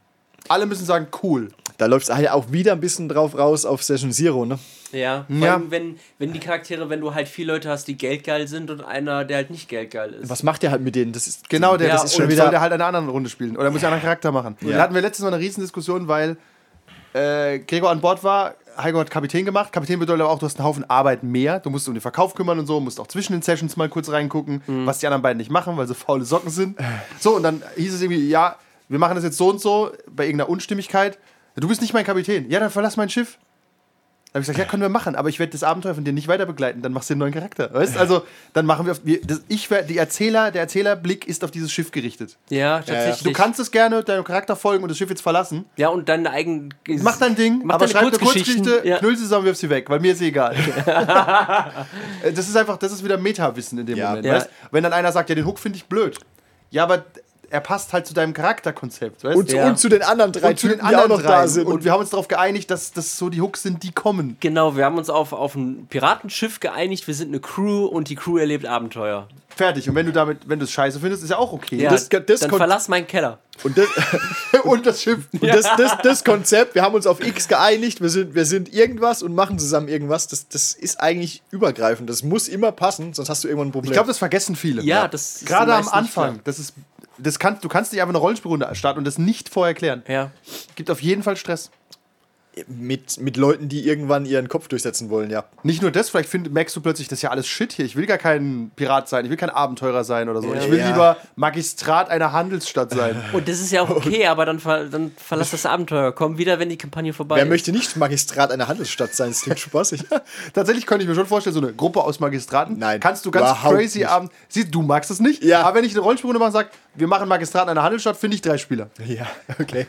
Alle müssen sagen, cool. Da läuft es halt auch wieder ein bisschen drauf raus auf Session Zero, ne? Ja, vor Ja. allem, wenn, wenn die Charaktere, wenn du halt viele Leute hast, die geldgeil sind und einer, der halt nicht geldgeil ist. Was macht der halt mit denen? Das ist Genau, der Ja, das ist und schon wieder- wieder soll der halt in einer anderen Runde spielen. Oder muss ja einen anderen Charakter machen. Da hatten wir letztens mal eine Riesendiskussion, weil äh, Gregor an Bord war, Heiko hat Kapitän gemacht. Kapitän bedeutet aber auch, du hast einen Haufen Arbeit mehr. Du musst dich um den Verkauf kümmern und so, musst auch zwischen den Sessions mal kurz reingucken, was die anderen beiden nicht machen, weil sie faule Socken sind. So, und dann hieß es irgendwie, ja, wir machen das jetzt so und so, bei irgendeiner Unstimmigkeit. Du bist nicht mein Kapitän. Ja, dann verlass mein Schiff. Da habe ich gesagt, ja, können wir machen, aber ich werde das Abenteuer von dir nicht weiter begleiten, dann machst du den neuen Charakter. Weißt also, dann machen wir, auf, wir das, ich werde, die Erzähler, der Erzählerblick ist auf dieses Schiff gerichtet. ja, tatsächlich. Du kannst es gerne deinem Charakter folgen und das Schiff jetzt verlassen. Ja, und deine eigenen. Mach dein Ding, Mach aber deine schreib eine Kurzgeschichten. Kurzgeschichte, Ja. knüll sie zusammen, wirf sie weg, weil mir ist sie egal. Äh, das ist einfach, das ist wieder Meta-Wissen in dem Ja. Moment. Ja. Weißt? Wenn dann einer sagt, ja, den Hook finde ich blöd. Ja, aber er passt halt zu deinem Charakterkonzept, weißt Und, du? Ja. und zu den anderen drei Und zu den Typen, die auch anderen noch da dreien. sind. Und wir haben uns darauf geeinigt, dass das so die Hooks sind, die kommen. Genau, wir haben uns auf, auf ein Piratenschiff geeinigt, wir sind eine Crew und die Crew erlebt Abenteuer. Fertig. Und wenn du damit, wenn du es scheiße findest, ist ja auch okay. Ja, das- das dann kon- verlass meinen Keller. Und das, Und das Schiff. und das, das, das Konzept, wir haben uns auf X geeinigt, wir sind, wir sind irgendwas und machen zusammen irgendwas, das, das ist eigentlich übergreifend. Das muss immer passen, sonst hast du irgendwann ein Problem. Ich glaube, das vergessen viele. Ja, das ist Gerade den am meisten nicht Anfang. klar. Das ist, das kann, du kannst nicht einfach eine Rollenspielrunde starten und das nicht vorher klären. Ja. Gibt auf jeden Fall Stress. mit, mit Leuten, die irgendwann ihren Kopf durchsetzen wollen, ja. Nicht nur das, vielleicht find, merkst du plötzlich, das ist ja alles Shit hier. Ich will gar kein Pirat sein, ich will kein Abenteurer sein oder so. Ja. ich will Ja. lieber Magistrat einer Handelsstadt sein. Und das ist ja auch okay, aber dann, ver, dann verlass das Abenteuer. Komm wieder, wenn die Kampagne vorbei Wer ist. möchte nicht Magistrat einer Handelsstadt sein? Das klingt spaßig. Tatsächlich könnte ich mir schon vorstellen, so eine Gruppe aus Magistraten. Nein, Kannst du ganz überhaupt crazy nicht. abend. Siehst du, du magst es nicht. Ja. Aber wenn ich eine Rollenspielrunde mache und sage, wir machen Magistraten einer Handelsstadt, finde ich drei Spieler. ja, okay.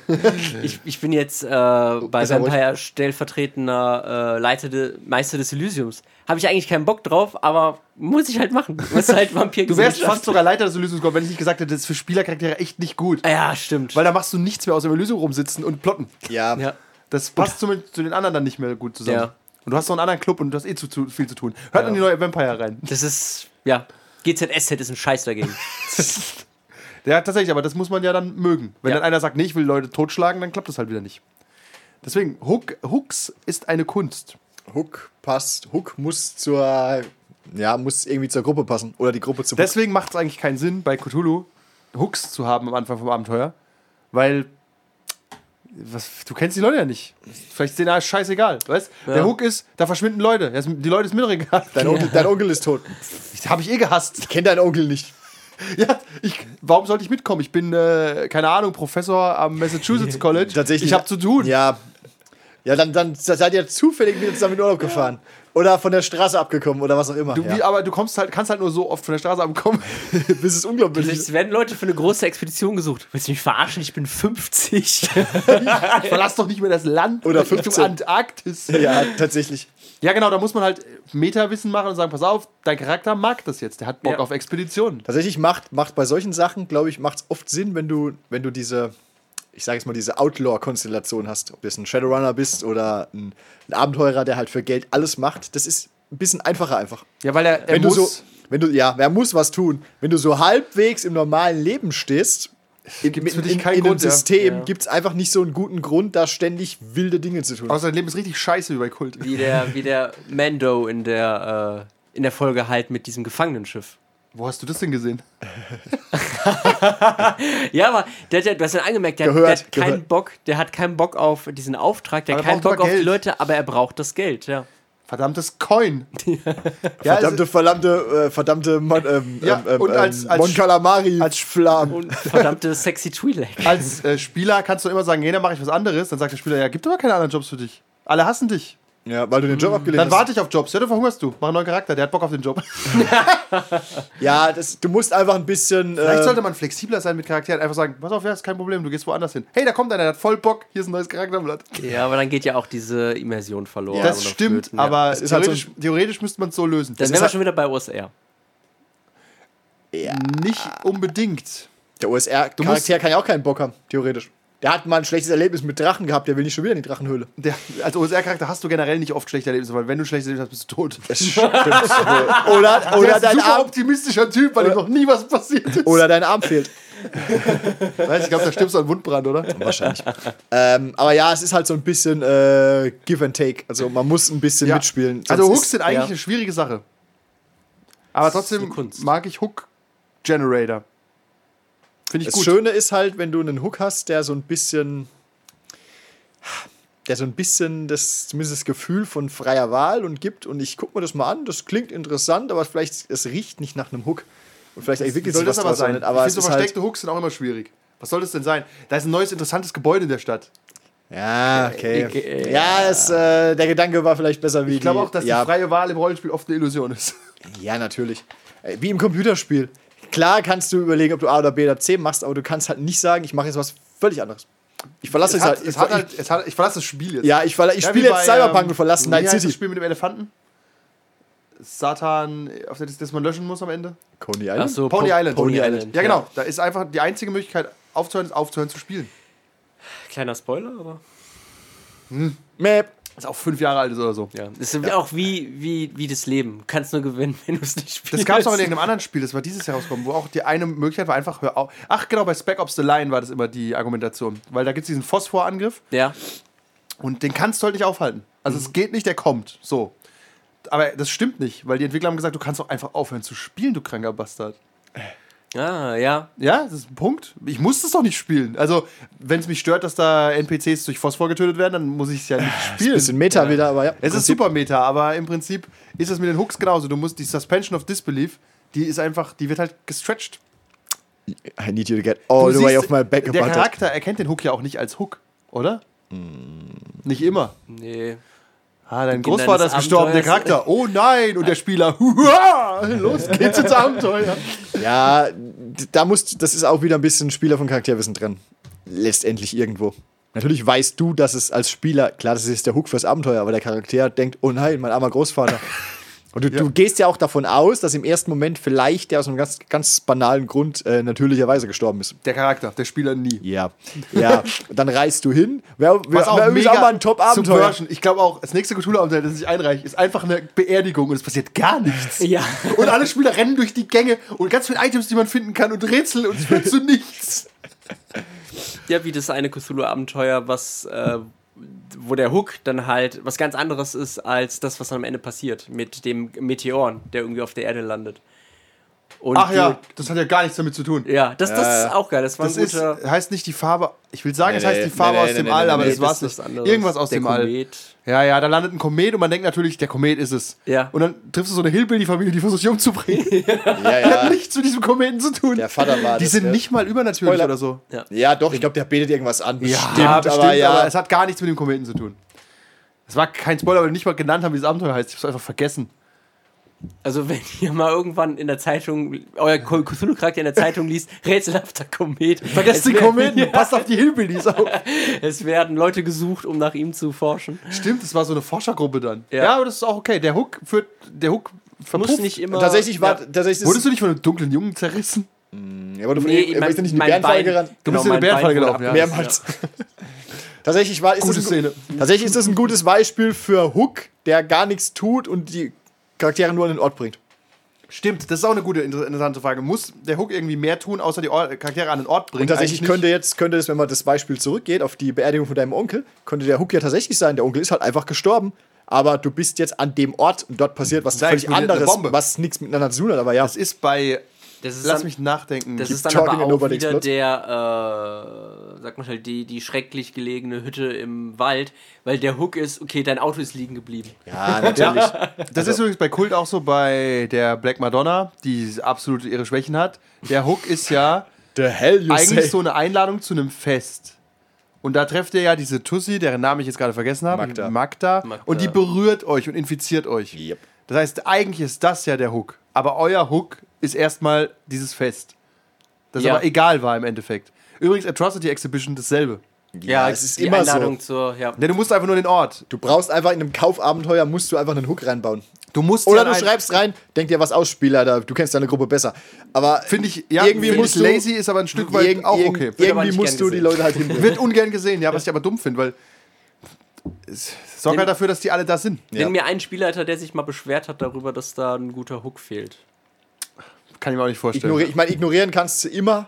Ich, ich bin jetzt äh, bei Ist er Vampire stellvertretender äh, Leiter de, Meister des Elysiums. Habe ich eigentlich keinen Bock drauf, aber muss ich halt machen. Was halt Vampir Du wärst fast sogar Leiter des Lösungskorps, wenn ich nicht gesagt hätte, das ist für Spielercharaktere echt nicht gut. Ah Ja, stimmt. Weil da machst du nichts mehr außer im Elysium rumsitzen und plotten. Ja, ja. Das passt zu, zu den anderen dann nicht mehr gut zusammen. Ja. Und du hast noch einen anderen Club und du hast eh zu, zu viel zu tun. Hört in die neue Vampire rein. Das ist, ja. GZSZ ist ein Scheiß dagegen. Ja, tatsächlich, aber das muss man ja dann mögen. Wenn Ja. dann einer sagt, nee, ich will Leute totschlagen, dann klappt das halt wieder nicht. Deswegen, Hook, Hooks ist eine Kunst. Hook passt. Hook muss zur. Ja, muss irgendwie zur Gruppe passen. Oder die Gruppe zu Hook. Deswegen macht es eigentlich keinen Sinn, bei Cthulhu Hooks zu haben am Anfang vom Abenteuer, weil was, du kennst die Leute ja nicht. Vielleicht ist denen alles scheißegal, weißt? Der Hook ist, da verschwinden Leute. Das- Die Leute ist mir doch egal. Dein, Onkel, dein Onkel ist tot. Das habe ich eh gehasst. Ich kenne deinen Onkel nicht. Ja, ich, warum sollte ich mitkommen? Ich bin, äh, keine Ahnung, Professor am Massachusetts College. Tatsächlich. Ich habe zu tun. Ja. Ja, dann, dann seid ihr zufällig wieder zusammen in Urlaub gefahren. Oder von der Straße abgekommen oder was auch immer. Du, ja. wie, aber du kommst halt, kannst halt nur so oft von der Straße abkommen. Bis es unglaublich ist. Es werden Leute für eine große Expedition gesucht. Willst du mich verarschen? Ich bin 50. Verlass doch nicht mehr das Land Oder Richtung 15. Antarktis. Ja, tatsächlich. Ja, genau, da muss man halt Meta-Wissen machen und sagen: Pass auf, dein Charakter mag das jetzt. Der hat Bock Ja. auf Expeditionen. Tatsächlich macht, macht bei solchen Sachen, glaube ich, macht es oft Sinn, wenn du, wenn du diese, ich sage jetzt mal, diese Outlaw-Konstellation hast. Ob du jetzt ein Shadowrunner bist oder ein, ein Abenteurer, der halt für Geld alles macht. Das ist ein bisschen einfacher einfach. Ja, weil er, er wenn du muss. so, wenn du, ja, wer muss was tun? Wenn du so halbwegs im normalen Leben stehst, in, in, Gibt's für in, dich in keinen einem Grund, ja. System Ja. gibt es einfach nicht so einen guten Grund, da ständig wilde Dinge zu tun. Außer dein Leben ist richtig scheiße wie bei Kult. Wie der, wie der Mando in der, äh, in der Folge halt mit diesem Gefangenenschiff. Wo hast du das denn gesehen? Ja, aber der, hat ja- du hast ja angemerkt, der, Gehört, der hat keinen gehört. Bock, der hat keinen Bock auf diesen Auftrag, der Aber hat er keinen braucht Bock auf aber die Geld. Leute, aber er braucht das Geld, ja. Verdammtes Coin. ja, also Verdammte, verdammte, äh, verdammte Mon, ähm, Ja, ähm, und ähm, als- als- Mon Calamari als- Flam. Und verdammte sexy Twi'lek. also, als äh, Spieler kannst du immer sagen, hey, dann mache ich was anderes. Dann sagt der Spieler, ja, gibt aber keine anderen Jobs für dich. Alle hassen dich. Ja, weil du den Job abgelehnt Mm, Dann hast. warte ich auf Jobs. Ja, dann verhungerst du. Mach einen neuen Charakter, der hat Bock auf den Job. Ja, das, du musst einfach ein bisschen. Vielleicht äh, sollte man flexibler sein mit Charakteren. Einfach sagen, pass auf, ja, ist kein Problem, du gehst woanders hin. Hey, da kommt einer, der hat voll Bock, hier ist ein neues Charakterblatt. Ja, aber dann geht ja auch diese Immersion verloren. das oder stimmt, flöten, ja. aber Es ist halt so theoretisch, theoretisch müsste man es so lösen. Dann ist wären wir halt- schon wieder bei OSR. Nicht unbedingt. Der OSR-Charakter kann ja auch keinen Bock haben, theoretisch. Der hat mal ein schlechtes Erlebnis mit Drachen gehabt, der will nicht schon wieder in die Drachenhöhle. Der, als OSR-Charakter hast du generell nicht oft schlechte Erlebnisse, weil wenn du schlechte Erlebnisse hast, bist du tot. Das stimmt. oder, Der oder, ist ein dein super Arm, optimistischer Typ, weil ihm noch nie was passiert ist. oder dein Arm fehlt. Weiß, ich glaube, da stirbst du an Wundbrand, oder? Also Wahrscheinlich. ähm, aber ja, es ist halt so ein bisschen äh, Give and Take. Also man muss ein bisschen Ja. mitspielen. Also sonst Hooks ist- sind eigentlich ja. eine schwierige Sache. Aber eine trotzdem Kunst. mag ich Hook Generator. Finde ich Das gut. Schöne ist halt, wenn du einen Hook hast, der so ein bisschen. Der so ein bisschen das, zumindest das Gefühl von freier Wahl und gibt. Und ich gucke mir das mal an, das klingt interessant, aber vielleicht, es riecht nicht nach einem Hook. Und vielleicht Wie entwickelt soll sich was das aber draus, sein? aber ich finde, es so ist halt, versteckte Hooks sind auch immer schwierig. Was soll das denn sein? Da ist ein neues interessantes Gebäude in der Stadt. Ja, okay. Ich- ja, es, äh, der Gedanke war vielleicht besser wie Ich glaube die- auch, dass ja, die freie Wahl im Rollenspiel oft eine Illusion ist. Ja, natürlich. Äh, Wie im Computerspiel. Klar kannst du überlegen, ob du A oder B oder C machst, aber du kannst halt nicht sagen, ich mache jetzt was völlig anderes. Ich verlasse Es jetzt hat, halt. es Ich, hat halt, es hat, ich verlasse das Spiel jetzt. ja, ich, verla- ich Ja, spiele wie jetzt bei, Cyberpunk ähm, und verlasse wie Night heißt Das City. Spiel mit dem Elefanten? Satan, auf das, das man löschen muss am Ende? Coney Ach Island? so, Pony, Po- Island. Pony Island, Ja, genau. Da ist einfach die einzige Möglichkeit aufzuhören, ist aufzuhören zu spielen. Kleiner Spoiler, aber. Mäp. Ist auch fünf Jahre alt ist oder so. Ja. Das ist auch wie, wie, wie das Leben. Du kannst nur gewinnen, wenn du es nicht spielst. Das gab es auch in irgendeinem anderen Spiel, das war dieses Jahr rausgekommen, wo auch die eine Möglichkeit war, einfach hör auf. Ach, genau, bei Spec Ops The Line war das immer die Argumentation. Weil da gibt es diesen Phosphorangriff Ja. und den kannst du halt nicht aufhalten. Also es geht nicht, der kommt. So. Aber das stimmt nicht, weil die Entwickler haben gesagt, du kannst doch einfach aufhören zu spielen, du kranker Bastard. Ah, ja. Ja, das ist ein Punkt. Ich muss das doch nicht spielen. Also, wenn es mich stört, dass da NPCs durch Phosphor getötet werden, dann muss ich es ja Äh, nicht spielen. Bisschen Meta wieder, aber ja. Es ist super Meta, aber im Prinzip ist es mit den Hooks genauso. Du musst die Suspension of Disbelief, die ist einfach, die wird halt gestretched. I need you to get all Du the way siehst, off my back Der about it. Charakter erkennt den Hook ja auch nicht als Hook, oder? Hm. Nicht immer. Nee. Ah, dein Beginn Großvater deines ist gestorben, der Abenteuers. Charakter. Oh nein! Und der Spieler, hurra! Los geht's ins Abenteuer. Ja, d- da musst, das ist auch wieder ein bisschen Spieler von Charakterwissen drin. Letztendlich irgendwo. Natürlich weißt du, dass es als Spieler, klar, das ist der Hook fürs Abenteuer, aber der Charakter denkt, oh nein, mein armer Großvater. Und du, du gehst ja auch davon aus, dass im ersten Moment vielleicht der aus einem ganz, ganz banalen Grund äh, natürlicherweise gestorben ist. Der Charakter, der Spieler nie. Ja, ja. Und dann reist du hin. Wer, wer, Was auch, wer übrigens mega auch mal ein Top-Abenteuer. Subversion. Ich glaube auch, das nächste Cthulhu-Abenteuer, das ich einreiche, ist einfach eine Beerdigung und es passiert gar nichts. Ja. Und alle Spieler rennen durch die Gänge und ganz viele Items, die man finden kann und Rätsel und es führt zu nichts. Ja, wie das eine Cthulhu-Abenteuer, was. Äh, wo der Hook dann halt was ganz anderes ist als das, was am Ende passiert mit dem Meteoren, der irgendwie auf der Erde landet. Und Ach ja, du- das hat ja gar nichts damit zu tun. Ja, das, das Ja, ja. ist auch geil. Das war Das ein ist, guter. heißt nicht die Farbe, ich will sagen, Nee, es heißt nee, die Farbe nee, aus nee, dem nee, All, nee, aber nee, das war's das nicht. ist was anderes. Irgendwas aus Der dem Komet. All. Ja, ja, da landet ein Komet und man denkt natürlich, der Komet ist es. Ja. Und dann triffst du so eine Hillbilly-Familie, die versucht dich umzubringen. Ja, Die hat ja. nichts mit diesem Kometen zu tun. Der Vater war die das, sind ja. nicht mal übernatürlich Spoiler. oder so. Ja, doch, ich glaube, der betet irgendwas an. Bestimmt, aber, es hat gar nichts mit dem Kometen zu tun. Es war kein Spoiler, weil wir nicht mal genannt haben, wie das Abenteuer heißt. Ich hab's einfach vergessen. Also, wenn ihr mal irgendwann in der Zeitung, euer Ko- Cthulhu-Charakter in der Zeitung liest, rätselhafter Komet. Vergesst es den werden- Kometen, passt auf die Hillbillies auf. Es werden Leute gesucht, um nach ihm zu forschen. Stimmt, das war so eine Forschergruppe dann. Ja, Ja. aber das ist auch okay. Der Hook führt, der Hook verpufft. Muss nicht immer. Tatsächlich war, Ja. tatsächlich Wurdest du nicht von einem dunklen Jungen zerrissen? ja, aber du von Nee, ihm, mein- bist du nicht in die mein Bärenfalle Bein- gerannt? Genau, bist in eine mein Bärenfalle Bein wurde gelaufen, ja. abgebissen, Mehrmals. tatsächlich, war, ist Gute das ein, Szene. tatsächlich ist das ein gutes Beispiel für Hook, der gar nichts tut und die Charaktere nur an den Ort bringt. Stimmt, das ist auch eine gute, inter- interessante Frage. Muss der Hook irgendwie mehr tun, außer die Or Charaktere an den Ort bringen? Und Eigentlich tatsächlich nicht. könnte jetzt, könnte es, wenn man das Beispiel zurückgeht auf die Beerdigung von deinem Onkel, könnte der Hook ja tatsächlich sein, der Onkel ist halt einfach gestorben. Aber du bist jetzt an dem Ort und dort passiert was Da völlig explodiert eine anderes, Bombe. was nichts miteinander zu tun hat, aber ja. Das ist bei. Das ist Lass dann- mich nachdenken. Das Keep ist dann talking aber and auch nobody wieder explodes. der, äh, sag mal halt, die, die schrecklich gelegene Hütte im Wald, weil der Hook ist, okay, dein Auto ist liegen geblieben. ja, natürlich. Das ist übrigens bei Kult auch so bei der Black Madonna, die absolut ihre Schwächen hat. Der Hook ist ja The hell you eigentlich say. so eine Einladung zu einem Fest. Und da trefft ihr ja diese Tussi, deren Namen ich jetzt gerade vergessen habe. Magda. Magda. Und die berührt euch und infiziert euch. Yep. Das heißt, eigentlich ist das ja der Hook. Aber euer Hook ist erstmal dieses Fest. Das Ja. aber egal war im Endeffekt. Übrigens, Atrocity Exhibition dasselbe. Ja, es ist die immer Einladung so. zur, ja. Denn du musst einfach nur den Ort. Du brauchst einfach in einem Kaufabenteuer, musst du einfach einen Hook reinbauen. Du musst Oder dir du ein- schreibst rein, denk dir was aus, Spieler, da- du kennst deine Gruppe besser. Aber Finde ich, ja, irgendwie find musst ich du lazy, ist aber ein Stück weit irgend- auch irgend- okay. Wird aber Irgendwie nicht musst gern du die gesehen. Leute halt hinbringen. Wird ungern gesehen, ja, was ich aber dumm finde, weil es sorgt halt dafür, dass die alle da sind. Nenn mir einen Spielleiter, der sich mal beschwert hat darüber, dass da ein guter Hook fehlt. Kann ich mir auch nicht vorstellen. Ignori ich meine, ignorieren kannst du immer.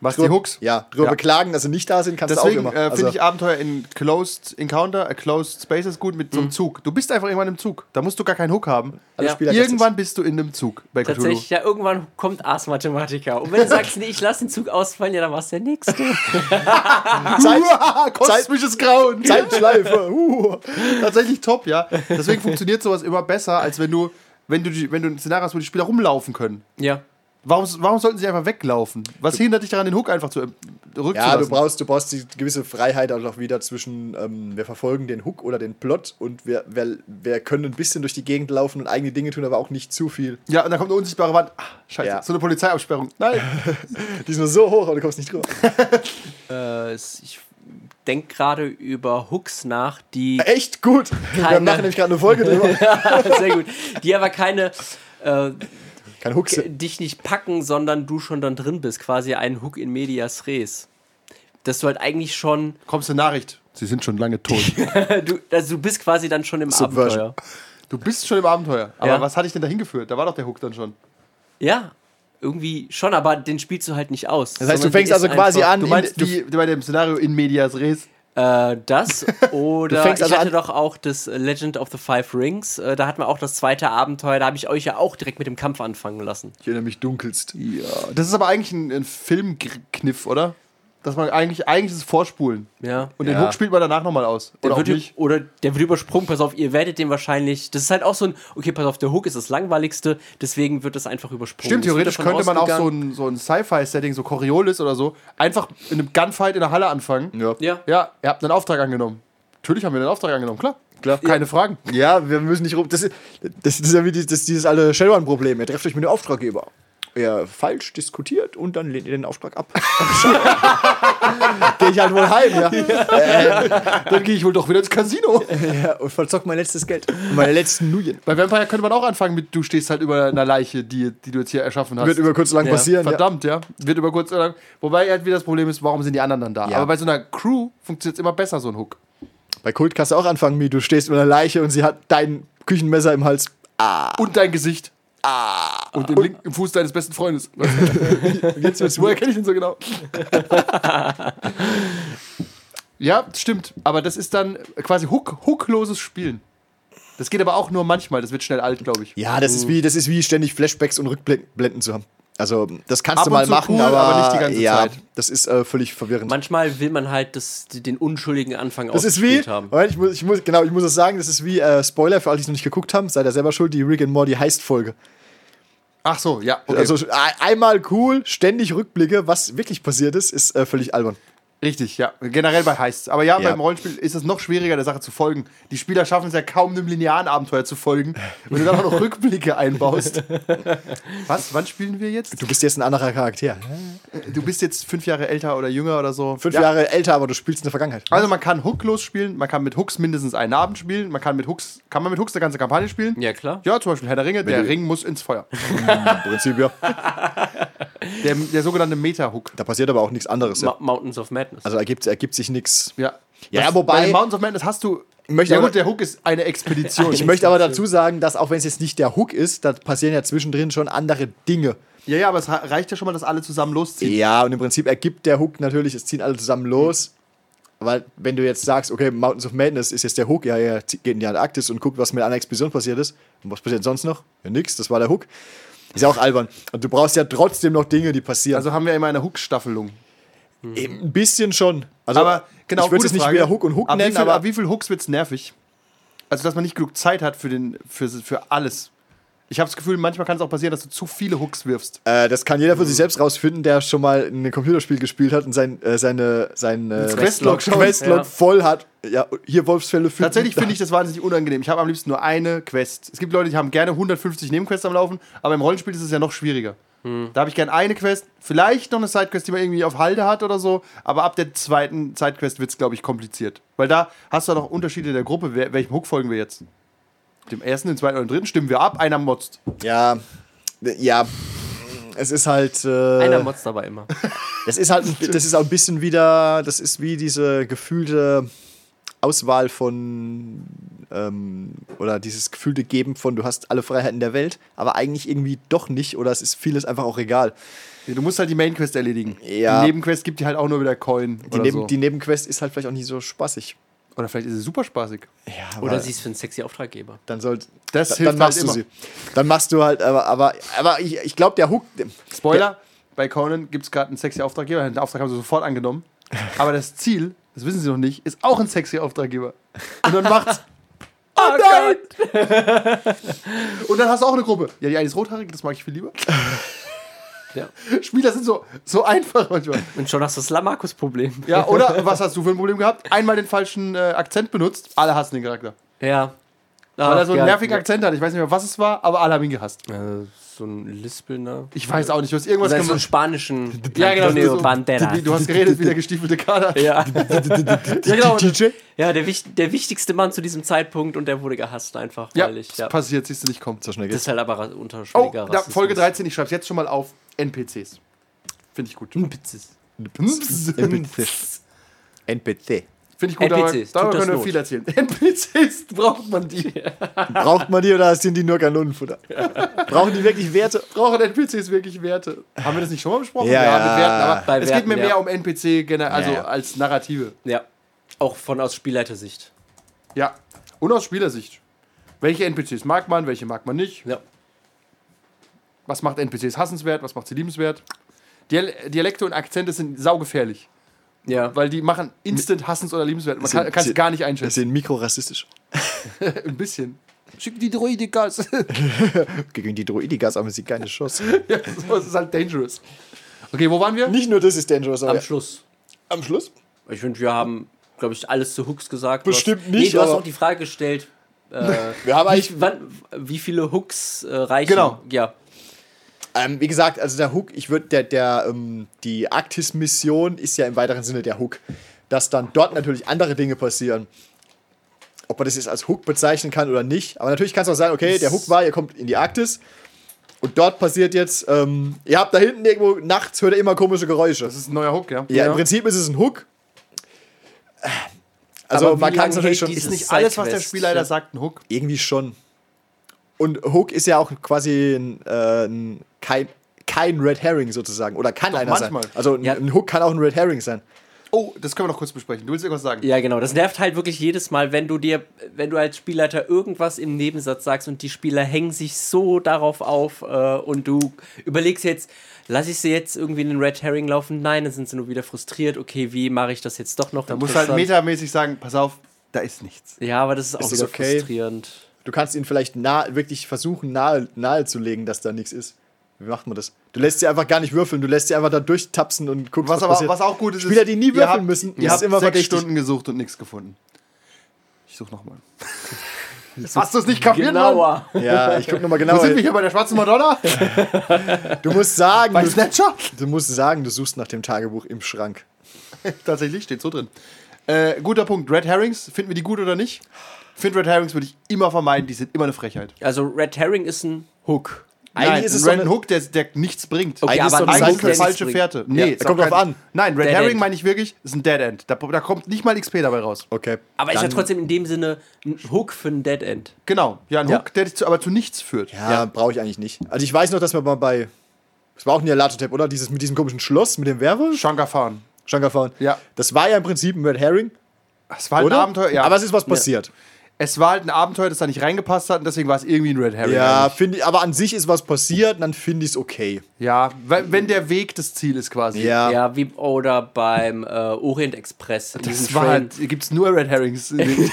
Was die Hooks? Ja, drüber Ja. beklagen, dass sie nicht da sind, kannst Deswegen du auch immer. äh, Also- finde ich Abenteuer in Closed Encounter, äh, Closed Spaces gut mit so einem Zug. Du bist einfach irgendwann im Zug. Da musst du gar keinen Hook haben. Alle Ja. Spieler irgendwann bist du in einem Zug bei Cthulhu. Tatsächlich, ja, irgendwann kommt Ars Mathematiker. Und wenn du sagst, nee, ich lasse den Zug ausfallen, ja, dann war's der nächste. Zeit, Ah, kosmisches Grauen. Zeitschleife. Uh. Tatsächlich top, ja. Deswegen funktioniert sowas immer besser, als wenn du, wenn du, die, wenn du ein Szenario hast, wo die Spieler rumlaufen können. ja. Warum, warum sollten sie einfach weglaufen? Was hindert dich daran, den Hook einfach zu äh, Ja, du rückzulassen? brauchst, du brauchst die gewisse Freiheit auch noch wieder zwischen, ähm, wir verfolgen den Hook oder den Plot und wir, wir, wir können ein bisschen durch die Gegend laufen und eigene Dinge tun, aber auch nicht zu viel. ja, und dann kommt eine unsichtbare Wand. Ah, scheiße, Ja. so eine Polizeiabsperrung. Nein. Die ist nur so hoch, aber du kommst nicht drüber. Äh, es- ich, Ich denke gerade über Hooks nach, die Echt gut. Wir Keine. machen nämlich gerade eine Folge drüber. sehr gut. Die aber keine äh, Kein Hook. k- dich nicht packen, sondern du schon dann drin bist. Quasi ein Hook in medias res. Dass du halt eigentlich schon, Kommst eine Nachricht. Sie sind schon lange tot. du, also du bist quasi dann schon im Subversion. Abenteuer. Du bist schon im Abenteuer. Aber Ja. was hatte ich denn da hingeführt? Da war doch der Hook dann schon. Ja, irgendwie schon, aber den spielst du halt nicht aus. Das heißt, du fängst also quasi an, Du meinst in, wie bei dem Szenario in Medias Res. Äh, das oder fängst also ich hatte an- doch auch das äh, Legend of the Five Rings. Äh, da hatten wir auch das zweite Abenteuer. Da habe ich euch ja auch direkt mit dem Kampf anfangen lassen. ich erinnere mich dunkelst. Ja. Das ist aber eigentlich ein, ein Filmkniff, oder? Dass man eigentlich, eigentlich ist es Vorspulen. Ja. Und den Ja. Hook spielt man danach nochmal aus. Oder Der auch wird, nicht. ü- oder der wird übersprungen, pass auf, ihr werdet den wahrscheinlich. Das ist halt auch so ein, okay, pass auf, der Hook ist das langweiligste, deswegen wird das einfach übersprungen. Stimmt, Ich bin theoretisch davon könnte man auch so ausgegangen- ein, so ein Sci-Fi-Setting, so Coriolis oder so, einfach in einem Gunfight in der Halle anfangen. Ja. Ja. Ja, ihr habt einen Auftrag angenommen. Natürlich haben wir einen Auftrag angenommen, klar. Klar. Keine Fragen. Ja, wir müssen nicht rum. Das ist, das ist ja wie die, das, dieses alle Shadowrun-Problem. Ihr trefft euch mit dem Auftraggeber. Ihr falsch diskutiert und dann lehnt ihr den Auftrag ab. Gehe ich halt wohl heim, ja. Dann gehe ich wohl doch wieder ins Casino. ja und verzock mein letztes Geld. Und meine letzten Nuyen. Bei Vampire könnte man auch anfangen mit, du stehst halt über einer Leiche, die, die du jetzt hier erschaffen hast. Wird über kurz oder lang Ja, passieren. Ja. Verdammt, ja. Wird über kurz oder lang. Wobei halt wieder das Problem ist, warum sind die anderen dann da? Ja. Aber bei so einer Crew funktioniert es immer besser, so ein Hook. Bei Kult kannst du auch anfangen, Mi. Du stehst über einer Leiche und sie hat dein Küchenmesser im Hals. Und dein Gesicht. Ah. Und den linken Fuß deines besten Freundes. Jetzt wird's Woher kenne ich ihn so genau? ja, stimmt. Aber das ist dann quasi hook, hookloses Spielen. Das geht aber auch nur manchmal. Das wird schnell alt, glaube ich. Ja, das ist wie, das ist wie ständig Flashbacks und Rückblenden zu haben. Also, das kannst Ab du und mal zu machen, cool, aber, aber nicht die ganze ja, Zeit. Das ist äh, völlig verwirrend. Manchmal will man halt das, den unschuldigen Anfang das ist wie, ausgespielt haben. Moment, ich muss, ich muss, genau, ich muss es sagen, das ist wie äh, Spoiler für alle, die es noch nicht geguckt haben, seid ihr selber schuld, die Rick and Morty Heist-Folge. Ach so, ja. Okay. Also sch- ein- einmal cool, ständig Rückblicke, was wirklich passiert ist, ist äh, völlig albern. Richtig, ja. Generell bei Heists. Aber ja, Ja. beim Rollenspiel ist es noch schwieriger, der Sache zu folgen. Die Spieler schaffen es ja kaum, einem linearen Abenteuer zu folgen, wenn du dann auch noch Rückblicke einbaust. Was? Wann spielen wir jetzt? Du bist jetzt ein anderer Charakter. Du bist jetzt fünf Jahre älter oder jünger oder so. Fünf ja. Jahre älter, aber du spielst in der Vergangenheit. Also man kann hooklos spielen, man kann mit Hooks mindestens einen Abend spielen, man kann mit Hooks, kann man mit Hooks eine ganze Kampagne spielen? Ja, klar. Ja, zum Beispiel Herr der Ringe, der du- Ring muss ins Feuer. Im Prinzip, ja. Der, der sogenannte Meta-Hook. Da passiert aber auch nichts anderes. Ja. Ma Mountains of Madness. Also ergibt, ergibt sich nichts. Ja. Ja, Das- wobei- Bei Mountains of Madness hast du möchte Ja aber, gut, der Hook ist eine Expedition. ich möchte aber dazu sagen, dass auch wenn es jetzt nicht der Hook ist, da passieren ja zwischendrin schon andere Dinge. ja, ja, aber es ha- reicht ja schon mal, dass alle zusammen losziehen. Ja, und im Prinzip ergibt der Hook natürlich, es ziehen alle zusammen los. Weil, wenn du jetzt sagst, okay, Mountains of Madness ist jetzt der Hook, ja, ja, zie- geht in die Antarktis und guckt, was mit einer Expedition passiert ist. Und was passiert sonst noch? Ja, nix, das war der Hook. Ist ja auch albern. Und du brauchst ja trotzdem noch Dinge, die passieren. Also Also haben wir immer eine Hook-Staffelung. eben ein bisschen schon. Also, aber genau, ich würde es gute nicht Frage. wieder Hook und Hook ab nennen, wie viel, aber ab wie viel Hooks wird's nervig? Also, dass man nicht genug Zeit hat für, den, für, für alles. Ich habe das Gefühl, manchmal kann es auch passieren, dass du zu viele Hooks wirfst. äh, das kann jeder für sich selbst rausfinden, der schon mal ein Computerspiel gespielt hat und sein, äh, seine, sein äh, Questlog schon. Questlog Ja. voll hat. Ja, hier Wolfsfälle für Tatsächlich finde ich das wahnsinnig unangenehm. Ich habe am liebsten nur eine Quest. Es gibt Leute, die haben gerne 150 Nebenquests am Laufen, aber im Rollenspiel ist es ja noch schwieriger. Da habe ich gerne eine Quest, vielleicht noch eine Sidequest, die man irgendwie auf Halde hat oder so, aber ab der zweiten Sidequest wird es, glaube ich, kompliziert. Weil da hast du dann auch Unterschiede in der Gruppe. Wer, welchem Hook folgen wir jetzt? Dem ersten, dem zweiten oder dem dritten stimmen wir ab, einer motzt. Ja, ja. Es ist halt. Einer Äh, motzt aber immer. das ist halt. ein- Das ist auch ein bisschen wieder. Das ist wie diese gefühlte Auswahl von. Ähm, oder dieses gefühlte Geben von, du hast alle Freiheiten der Welt, aber eigentlich irgendwie doch nicht. Oder es ist vieles einfach auch egal. Du musst halt die Mainquest erledigen. Ja. Die Nebenquest gibt dir halt auch nur wieder Coin. Die, oder, Neben, so. die Nebenquest ist halt vielleicht auch nicht so spaßig. oder vielleicht ist es super spaßig. Ja, Oder sie ist für einen sexy Auftraggeber. dann sollte. Das dann, hilft dann machst halt du immer. sie. Dann machst du halt, aber, aber, aber ich, ich glaube, der Hook. Spoiler, bei Conan gibt es gerade einen sexy Auftraggeber. Den Auftrag haben sie sofort angenommen. Aber das Ziel, das wissen sie noch nicht, ist auch ein sexy Auftraggeber. Und dann macht's. Oh nein! Und dann hast du auch eine Gruppe. Ja, die eine ist rothaarig, das mag ich viel lieber. Ja. Spieler sind so, so einfach manchmal. Und schon hast du das Lamarcus-Problem. Ja, oder was hast du für ein Problem gehabt? Einmal den falschen äh, Akzent benutzt, alle hassen den Charakter. Ja. Weil er so einen ja, nervigen Akzent hat. Ich weiß nicht mehr, was es war, aber alle haben ihn gehasst. Äh, so ein Lispelnder. Ich weiß auch nicht, du hast irgendwas Sei Also so einen gemacht. spanischen. Ja, genau. Antonio Du, Banderas. du, du hast geredet wie der gestiefelte Kader. Ja, genau, Ja, genau. DJ? ja der, wich- der wichtigste Mann zu diesem Zeitpunkt und der wurde gehasst einfach, Ja, weil ich. das Ja. Das passiert, siehst du nicht kommen. So schnell geht's. ist halt aber ra- Oh, unterschwelliger da, Folge 13, ich schreibe es jetzt schon mal auf. NPCs. Finde ich gut. NPCs. Finde NPC. ich gut, aber NPCs, darüber tut das können wir Not. viel erzählen. NPCs braucht man die. Braucht man die oder sind die nur Kanonenfutter? Brauchen die wirklich Werte? Brauchen NPCs wirklich Werte? Haben wir das nicht schon mal besprochen? Ja, ja. mit Werten. Aber Bei es geht Werten, mir ja. mehr um NPC, gener- also Ja, ja. als Narrative. Ja. Auch von aus Spielleitersicht. Ja. Und aus Spielersicht. Welche NPCs mag man, welche mag man nicht? Ja. Was macht NPCs hassenswert, was macht sie liebenswert? Dial Dialekte und Akzente sind saugefährlich, Ja. weil die machen instant hassens- oder liebenswert. Man kann kann es gar nicht einschätzen. Das sind mikrorassistisch. Ein bisschen. Schick die Droidikas. Gegen die Droidigas haben sie keine Chance. ja, so ist es halt dangerous. Okay, wo waren wir? Nicht nur das ist dangerous, aber Am Schluss. am Schluss? Ich finde, wir haben, glaube ich, alles zu Hooks gesagt. Bestimmt du hast, nicht, du hast aber- auch die Frage gestellt, äh, Wir haben eigentlich, wie, wann, wie viele Hooks äh, reichen. Genau. Ja. ähm, wie gesagt, also der Hook, ich würde, der, der, ähm, die Arktis-Mission ist ja im weiteren Sinne der Hook. Dass dann dort natürlich andere Dinge passieren. Ob man das jetzt als Hook bezeichnen kann oder nicht. Aber natürlich kannst du auch sagen, okay, der Hook war, ihr kommt in die Arktis. Und dort passiert jetzt, ähm, ihr habt da hinten irgendwo, nachts hört ihr immer komische Geräusche. Das ist ein neuer Hook, ja? Ja, im Prinzip ist es ein Hook. Also Aber wie man kann es natürlich lange hält schon dieses- Ist nicht alles, was der Sidequest, Spielleiter ja. sagt, ein Hook? irgendwie schon. Und Hook ist ja auch quasi ein, äh, ein, kein, kein Red Herring sozusagen oder kann einer manchmal. sein. Also ein, Ja. ein Hook kann auch ein Red Herring sein. Oh, das können wir noch kurz besprechen. Du willst irgendwas sagen? Ja, genau. Das nervt halt wirklich jedes Mal, wenn du dir, wenn du als Spielleiter irgendwas im Nebensatz sagst und die Spieler hängen sich so darauf auf äh, und du überlegst jetzt, lasse ich sie jetzt irgendwie in den Red Herring laufen? Nein, dann sind sie nur wieder frustriert. Okay, wie mache ich das jetzt doch noch? Du musst halt metamäßig sagen, pass auf, da ist nichts. Ja, aber das ist auch Ist das wieder okay? frustrierend. Du kannst ihn vielleicht nah, wirklich versuchen nahe, nahezulegen, dass da nichts ist. Wie macht man das? Du lässt sie einfach gar nicht würfeln, du lässt sie einfach da durchtapsen und guckst, Was, aber, passiert. was auch gut ist, Spieler, ist, die nie ihr würfeln habt- müssen, ihr ist habt immer sechs verdächtig. Stunden gesucht und nichts gefunden. Ich suche nochmal. Hast du es nicht kapiert, Mann? Genauer. Ja, ich guck nochmal Wo genau. sind wir hier bei der schwarzen Madonna? Du musst sagen, Bei du, Snatcher? du musst sagen, du suchst nach dem Tagebuch im Schrank. Tatsächlich, steht so drin. Äh, guter Punkt. Red Herrings, finden wir die gut oder nicht? Find Red Herrings würde ich immer vermeiden, die sind immer eine Frechheit. Also Red Herring ist ein Hook. Nein, Eigentlich ist es ein so Red eine, Hook, der, der nichts bringt. Okay, Eigentlich ist aber doch eine das Eigentlich ist eine Seitenquest. falsche der Nichts Fährte. Ja, Nee, ist kommt auch drauf kein- an. Nein, Red Dead Herring End. meine ich wirklich, ist ein Dead End. Da, da kommt nicht mal XP dabei raus. Okay. Aber ist ja Dann- trotzdem in dem Sinne ein Hook für ein Dead End. Genau, ja, ein Hook, der dich zu, aber zu nichts führt. Ja, brauche ich eigentlich nicht. Also ich weiß noch, dass wir mal bei. Das war auch ein Latotep, oder? Dieses mit diesem komischen Schloss, mit dem Werwolf? Shangafahren. Shangafaun. Ja. Das war ja im Prinzip ein Red Herring, Es war halt oder? ein Abenteuer, ja. Aber es ist was passiert. es war halt ein Abenteuer, das da nicht reingepasst hat und deswegen war es irgendwie ein Red Herring. Ja, eigentlich. finde ich, aber an sich ist was passiert, dann finde ich es okay. ja weil, wenn der Weg das Ziel ist quasi. Ja. Ja, wie oder beim äh, Orient Express. In diesem Das war Train- halt, gibt es nur Red Herrings. in dem-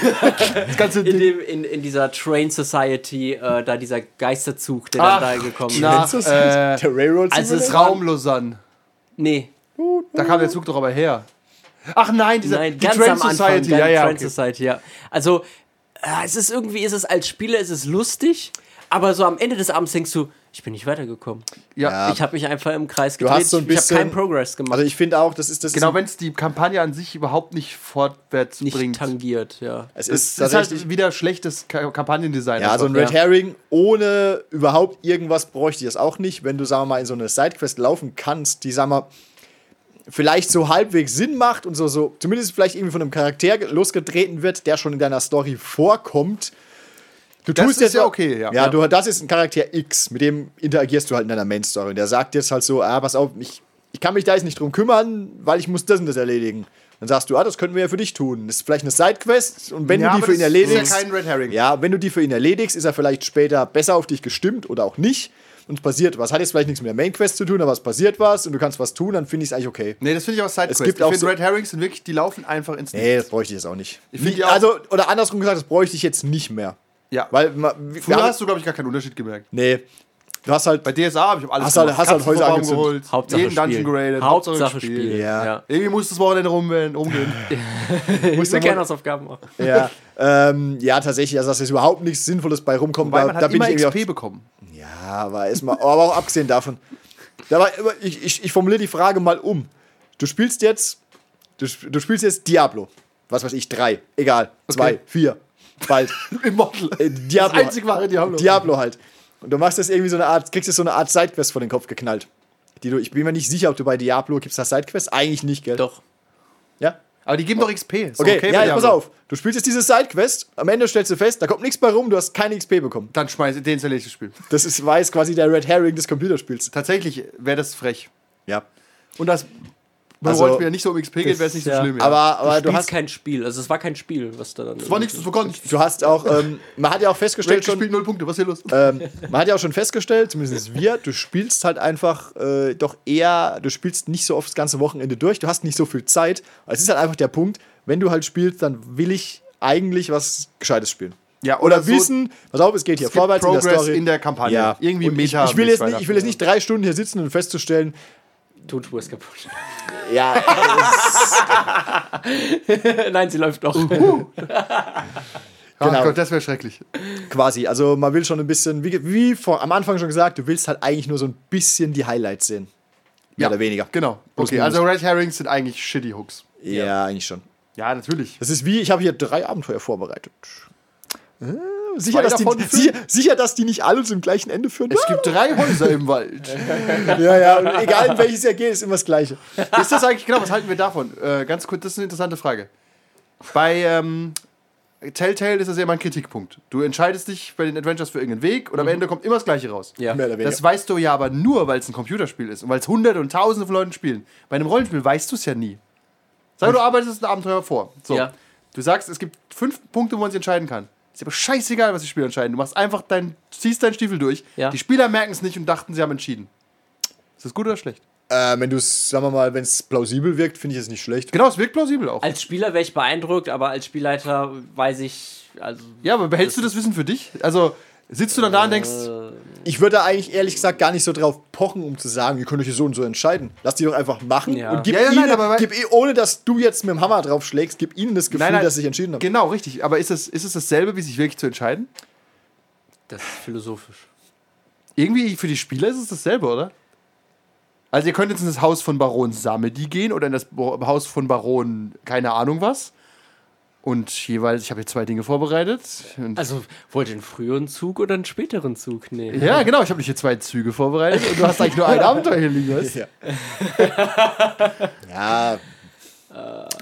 das ganze in, Ding. dem, in, in dieser Train Society, äh, da dieser Geisterzug, der Ach, dann da gekommen ist. na. Kennst du das? äh, der Railroad also es Simulator? ra- Raum Lausanne. Nee, Da kam der Zug doch aber her. Ach nein, dieser, nein, die ganz Train am Anfang. Society. ganz ja, ja, Train okay. Society, ja. Also, äh, es ist irgendwie, ist es als Spieler, ist es lustig, aber so am Ende des Abends denkst du, ich bin nicht weitergekommen. ja. Ja. Ich habe mich einfach im Kreis Du gedreht. hast so ein bisschen. ich habe keinen Progress gemacht. Also ich finde auch, das ist das. Genau, ist, wenn es die Kampagne an sich überhaupt nicht fortwärts nicht bringt. tangiert, ja. es Das ist ist, halt tatsächlich- wieder schlechtes Ka- Kampagnendesign. Ja, so ein Red Herring ohne überhaupt irgendwas bräuchte ich das auch nicht. Wenn du, sagen wir mal, in so eine Sidequest laufen kannst, die, sagen wir mal, vielleicht so halbwegs Sinn macht und so, so zumindest vielleicht irgendwie von einem Charakter ge- losgetreten wird, der schon in deiner Story vorkommt. Du Das ist jetzt ja mal- okay, ja. Ja, du, das ist ein Charakter X, mit dem interagierst du halt in deiner Main-Story. Und der sagt jetzt halt so, ah, pass auf, ich, ich kann mich da jetzt nicht drum kümmern, weil ich muss das und das erledigen. Dann sagst du, ah, das könnten wir ja für dich tun. Das ist vielleicht eine Sidequest und wenn Ja, du die aber für ihn das ist ja erledigst. kein Red Herring. Ja, wenn du die für ihn erledigst, ist er vielleicht später besser auf dich gestimmt oder auch nicht. Und es passiert was. Hat jetzt vielleicht nichts mit der Main-Quest zu tun, aber es passiert was und du kannst was tun, dann finde ich es eigentlich okay. Nee, das finde ich auch Sidequest. Es gibt ich auch finde so- Red Herrings sind wirklich, die laufen einfach ins Nee, das bräuchte ich jetzt auch nicht. find die auch- also, oder andersrum gesagt, das bräuchte ich jetzt nicht mehr. Ja. Weil ma- wir Früher haben- hast du, glaube ich, gar keinen Unterschied gemerkt. Nee. Du hast halt. Bei DSA habe ich alles Hast halt- gemacht. hast halt Katzen Häuser vom Baum angezündet. geholt, Hauptsache jeden Dungeon Spiel. geradet, Hauptsache, Spiel. Spiel. Ja. Irgendwie muss das Wochenende rum, äh, umgehen. Ich will gerne Hausaufgaben machen. Ja, ähm, ja, tatsächlich. Also, das ist überhaupt nichts Sinnvolles bei rumkommen. Weil Da, man hat da bin immer ich irgendwie. XP bekommen. Auch, ja, aber, erstmal, aber auch abgesehen davon. Da war, immer- ich, ich, ich formuliere die Frage mal um. Du spielst jetzt. Du, sp- du spielst jetzt Diablo. Was weiß ich, drei. Egal. Zwei, vier. Bald. Immortal. Äh, Diablo. Das einzig wahre Diablo. Diablo halt. Und du machst das irgendwie so eine Art, kriegst jetzt so eine Art Sidequest vor den Kopf geknallt. Die du, ich bin mir nicht sicher, ob du bei Diablo gibst das Sidequest. Eigentlich nicht, gell? Doch. Ja? Aber die geben doch XP. Ist doch Oh. Okay, bei ja, jetzt pass Diablo. auf. Du spielst jetzt diese Sidequest, am Ende stellst du fest, da kommt nichts bei rum, du hast keine XP bekommen. Dann schmeiß den zerlegst das Spiel. Das ist, war jetzt quasi der Red Herring des Computerspiels. Tatsächlich wäre das frech. Ja. Und das bei Also, Rollenspielen nicht so um XP geht, wäre es nicht so ja. schlimm. Ja. Aber, aber Du du hast hast, kein Spiel. Also es war kein Spiel, was da dann. es war nichts, es war gar nichts. du hast auch, ähm, man hat ja auch festgestellt Red schon, gespielt, null Punkte, was ist hier los? ähm, man hat ja auch schon festgestellt, zumindest wir, du spielst halt einfach äh, doch eher, du spielst nicht so oft das ganze Wochenende durch, du hast nicht so viel Zeit. Es ist halt einfach der Punkt, wenn du halt spielst, dann will ich eigentlich was Gescheites spielen. Ja, Oder, so- wissen, pass auf, es geht hier Es gibt vorwärts in der Progress Story. in der Kampagne. Ja. Irgendwie Und ich, Meta- ich, will jetzt bis nicht, ich will jetzt nicht drei Stunden hier sitzen und festzustellen, Du tu es kaputt. ja, Nein, sie läuft doch. Ach genau. Gott, das wäre schrecklich. quasi. Also man will schon ein bisschen, wie, ge- wie vor, am Anfang schon gesagt, du willst halt eigentlich nur so ein bisschen die Highlights sehen. Mehr oder weniger. Genau. Plus Okay, minus. also Red Herrings sind eigentlich shitty Hooks. Ja, eigentlich schon. Ja, natürlich. Das ist wie, ich habe hier drei Abenteuer vorbereitet. Äh, Sicher Zwei dass, die, davon führen- sicher, sicher, dass die nicht alle zum gleichen Ende führen. Es gibt drei Häuser im Wald. ja, ja, und egal in welches er geht, ist immer das Gleiche. Ist das eigentlich, genau, was halten wir davon? Äh, ganz kurz, das ist eine interessante Frage. Bei ähm, Telltale ist das ja immer ein Kritikpunkt. Du entscheidest dich bei den Adventures für irgendeinen Weg und am Ende kommt immer das Gleiche raus. Mhm. Ja. Mehr oder weniger. Das weißt du ja aber nur, weil es ein Computerspiel ist und weil es hunderte und tausende von Leuten spielen. Bei einem Rollenspiel weißt du es ja nie. Sag, du arbeitest ein Abenteuer vor. So. Ja. Du sagst, es gibt fünf Punkte, wo man sich entscheiden kann. Ist aber scheißegal, was die Spieler entscheiden. Du machst einfach dein, ziehst deinen Stiefel durch. Ja. Die Spieler merken es nicht und dachten, sie haben entschieden. Ist das gut oder schlecht? Äh, wenn du es, sagen wir mal, wenn es plausibel wirkt, finde ich es nicht schlecht. Genau, es wirkt plausibel auch. Als Spieler wäre ich beeindruckt, aber als Spielleiter weiß ich, also Ja, aber behältst du das Wissen für dich? Also sitzt du dann da und Äh, denkst, äh, Ich würde da eigentlich ehrlich gesagt gar nicht so drauf pochen, um zu sagen, ihr könnt euch so und so entscheiden. Lass die doch einfach machen Ja. und gib Ja, ja, ihnen, nein, aber- gib, eh- ohne dass du jetzt mit dem Hammer drauf schlägst, gib ihnen das Gefühl, dass sie sich entschieden haben. Genau, richtig. Aber ist es, ist es dasselbe, wie sich wirklich zu entscheiden? das ist philosophisch. Irgendwie für die Spieler ist es dasselbe, oder? Also ihr könnt jetzt in das Haus von Baron Samedi gehen oder in das Bo Haus von Baron keine Ahnung was. Und jeweils, ich habe hier zwei Dinge vorbereitet. Und Also, wollt ihr einen früheren Zug oder einen späteren Zug nehmen? ja, genau, ich habe hier zwei Züge vorbereitet und du hast eigentlich nur ein Abenteuer hier liegen. Weißt? Ja. ja.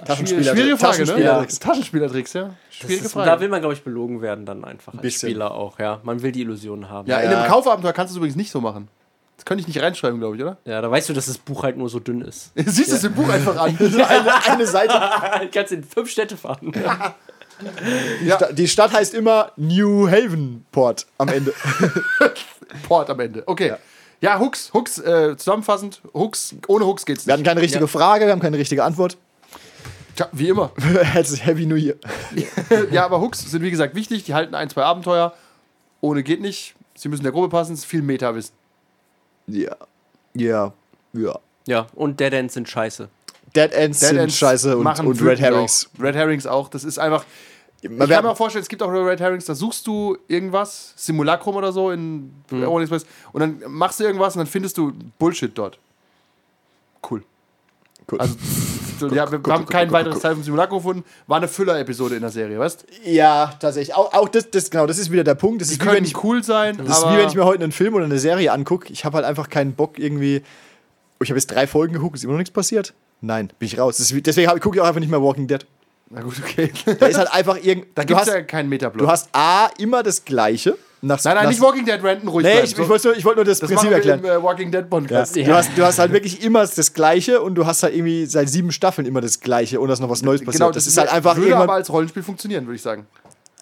Taschenspieler. Äh, Schwierige Frage, ne? Also Taschenspieler- Ja. Taschenspielertricks, ja. Schwierige Das ist, da Frage. will man, glaube ich, belogen werden dann einfach als bisschen. Spieler auch, ja. Man will die Illusion haben. Ja, in Ja. einem Kaufabenteuer kannst du es übrigens nicht so machen. Das könnte ich nicht reinschreiben, glaube ich, oder? Ja, da weißt du, dass das Buch halt nur so dünn ist. Siehst du es im Buch einfach an. Eine, eine Seite. Kannst in fünf Städte fahren. Sta- Die Stadt heißt immer New Havenport am Ende. Port am Ende. Okay. Ja, Hooks, Hooks, äh, zusammenfassend, Hooks, ohne Hooks geht's nicht. Wir hatten keine richtige Frage, wir haben keine richtige Antwort. Tja, wie immer. Herzlich Happy New Year. ja, aber Hooks sind wie gesagt wichtig, die halten ein, zwei Abenteuer. Ohne geht nicht. Sie müssen der Gruppe passen, es ist viel Meta-Wissen. Ja. Ja. Ja. ja, und Dead Ends sind scheiße. Dead Ends Dead sind Ends scheiße und, machen und Red wütend Herrings. Auch. Red Herrings auch, das ist einfach. Man- ich kann mir auch vorstellen, es gibt auch Red Herrings, da suchst du irgendwas, Simulacrum oder so in Orient Express, und dann machst du irgendwas und dann findest du Bullshit dort. Cool. Cool. Also, so, ja, wir haben kein weiteres Teil vom Simulacrum gefunden, war eine Füller-Episode in der Serie, weißt du? ja, tatsächlich. Auch, auch das, das, genau, das ist wieder der Punkt. Das ist, wie wenn, Können ich, cool sein, das ist aber wie wenn ich mir heute einen Film oder eine Serie angucke. Ich habe halt einfach keinen Bock irgendwie. Oh, Ich habe jetzt drei Folgen geguckt, ist immer noch nichts passiert. Nein, bin ich raus. Das ist, wie- deswegen gucke ich auch einfach nicht mehr Walking Dead. Na gut, okay. Da ist halt einfach irgend. Da du, gibt es hast, ja keinen Metaplot. du hast A, immer das Gleiche. Nach, nein, nein, nach, nicht Walking Dead renten, ruhig Nee, bleiben. ich, ich wollte nur, ich wollte nur das, das Prinzip machen wir erklären. im äh, Walking Dead Ja. Podcast. Du, hast, du hast halt wirklich immer das Gleiche und du hast halt irgendwie seit sieben Staffeln immer das Gleiche und dass noch was Neues passiert. Genau, das, ist halt einfach würde aber irgendwann, als Rollenspiel funktionieren, würde ich sagen.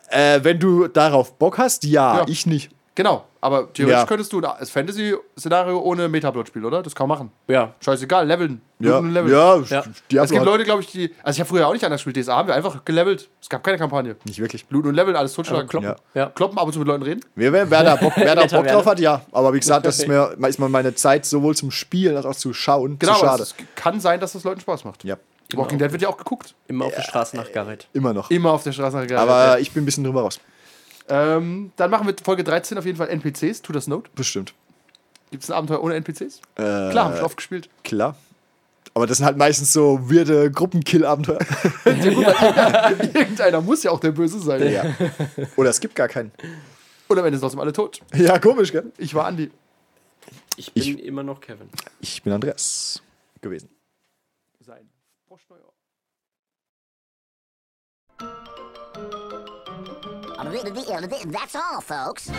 äh, wenn du darauf Bock hast, ja, Ja. ich nicht. Genau, aber theoretisch Ja. könntest du ein als Fantasy-Szenario ohne Metaplot spielen, oder? Das kann man machen. Ja. Scheißegal, leveln. Ja, Looten und leveln. ja, Ja. Diablo Es gibt hat- Leute, glaube ich, die. Also ich habe früher auch nicht anders gespielt. DSA haben wir einfach gelevelt. Es gab keine Kampagne. nicht wirklich. Looten und leveln, alles totschlagen. kloppen. Ja. Ja. Kloppen, ab und zu mit Leuten reden. Wer, wer, wer da Bock, wer da Bock Taverne. drauf hat, ja. Aber wie gesagt, das ist mir ist mir meine Zeit sowohl zum Spielen als auch zu schauen Genau, zu aber schade. es kann sein, dass das Leuten Spaß macht. Ja, genau. Walking Dead wird ja auch geguckt. Immer auf der Straße nach Garrett. immer noch. Immer auf der Straße nach Gaia. Aber ich bin ein bisschen drüber raus. ähm, Dann machen wir Folge 13 auf jeden Fall NPCs. To das Note. Bestimmt. Gibt es ein Abenteuer ohne NPCs? Äh, Klar, haben wir schon oft gespielt. Klar. Aber das sind halt meistens so weirde Gruppenkill-Abenteuer. Irgendeiner muss ja auch der Böse sein. ja. Oder es gibt gar keinen. Und am Ende sind trotzdem alle tot. Ja, komisch, gell? Ich war Andi. Ich bin immer noch Kevin. Ich bin Andreas gewesen. Sein. Froschneuer. That's all, folks.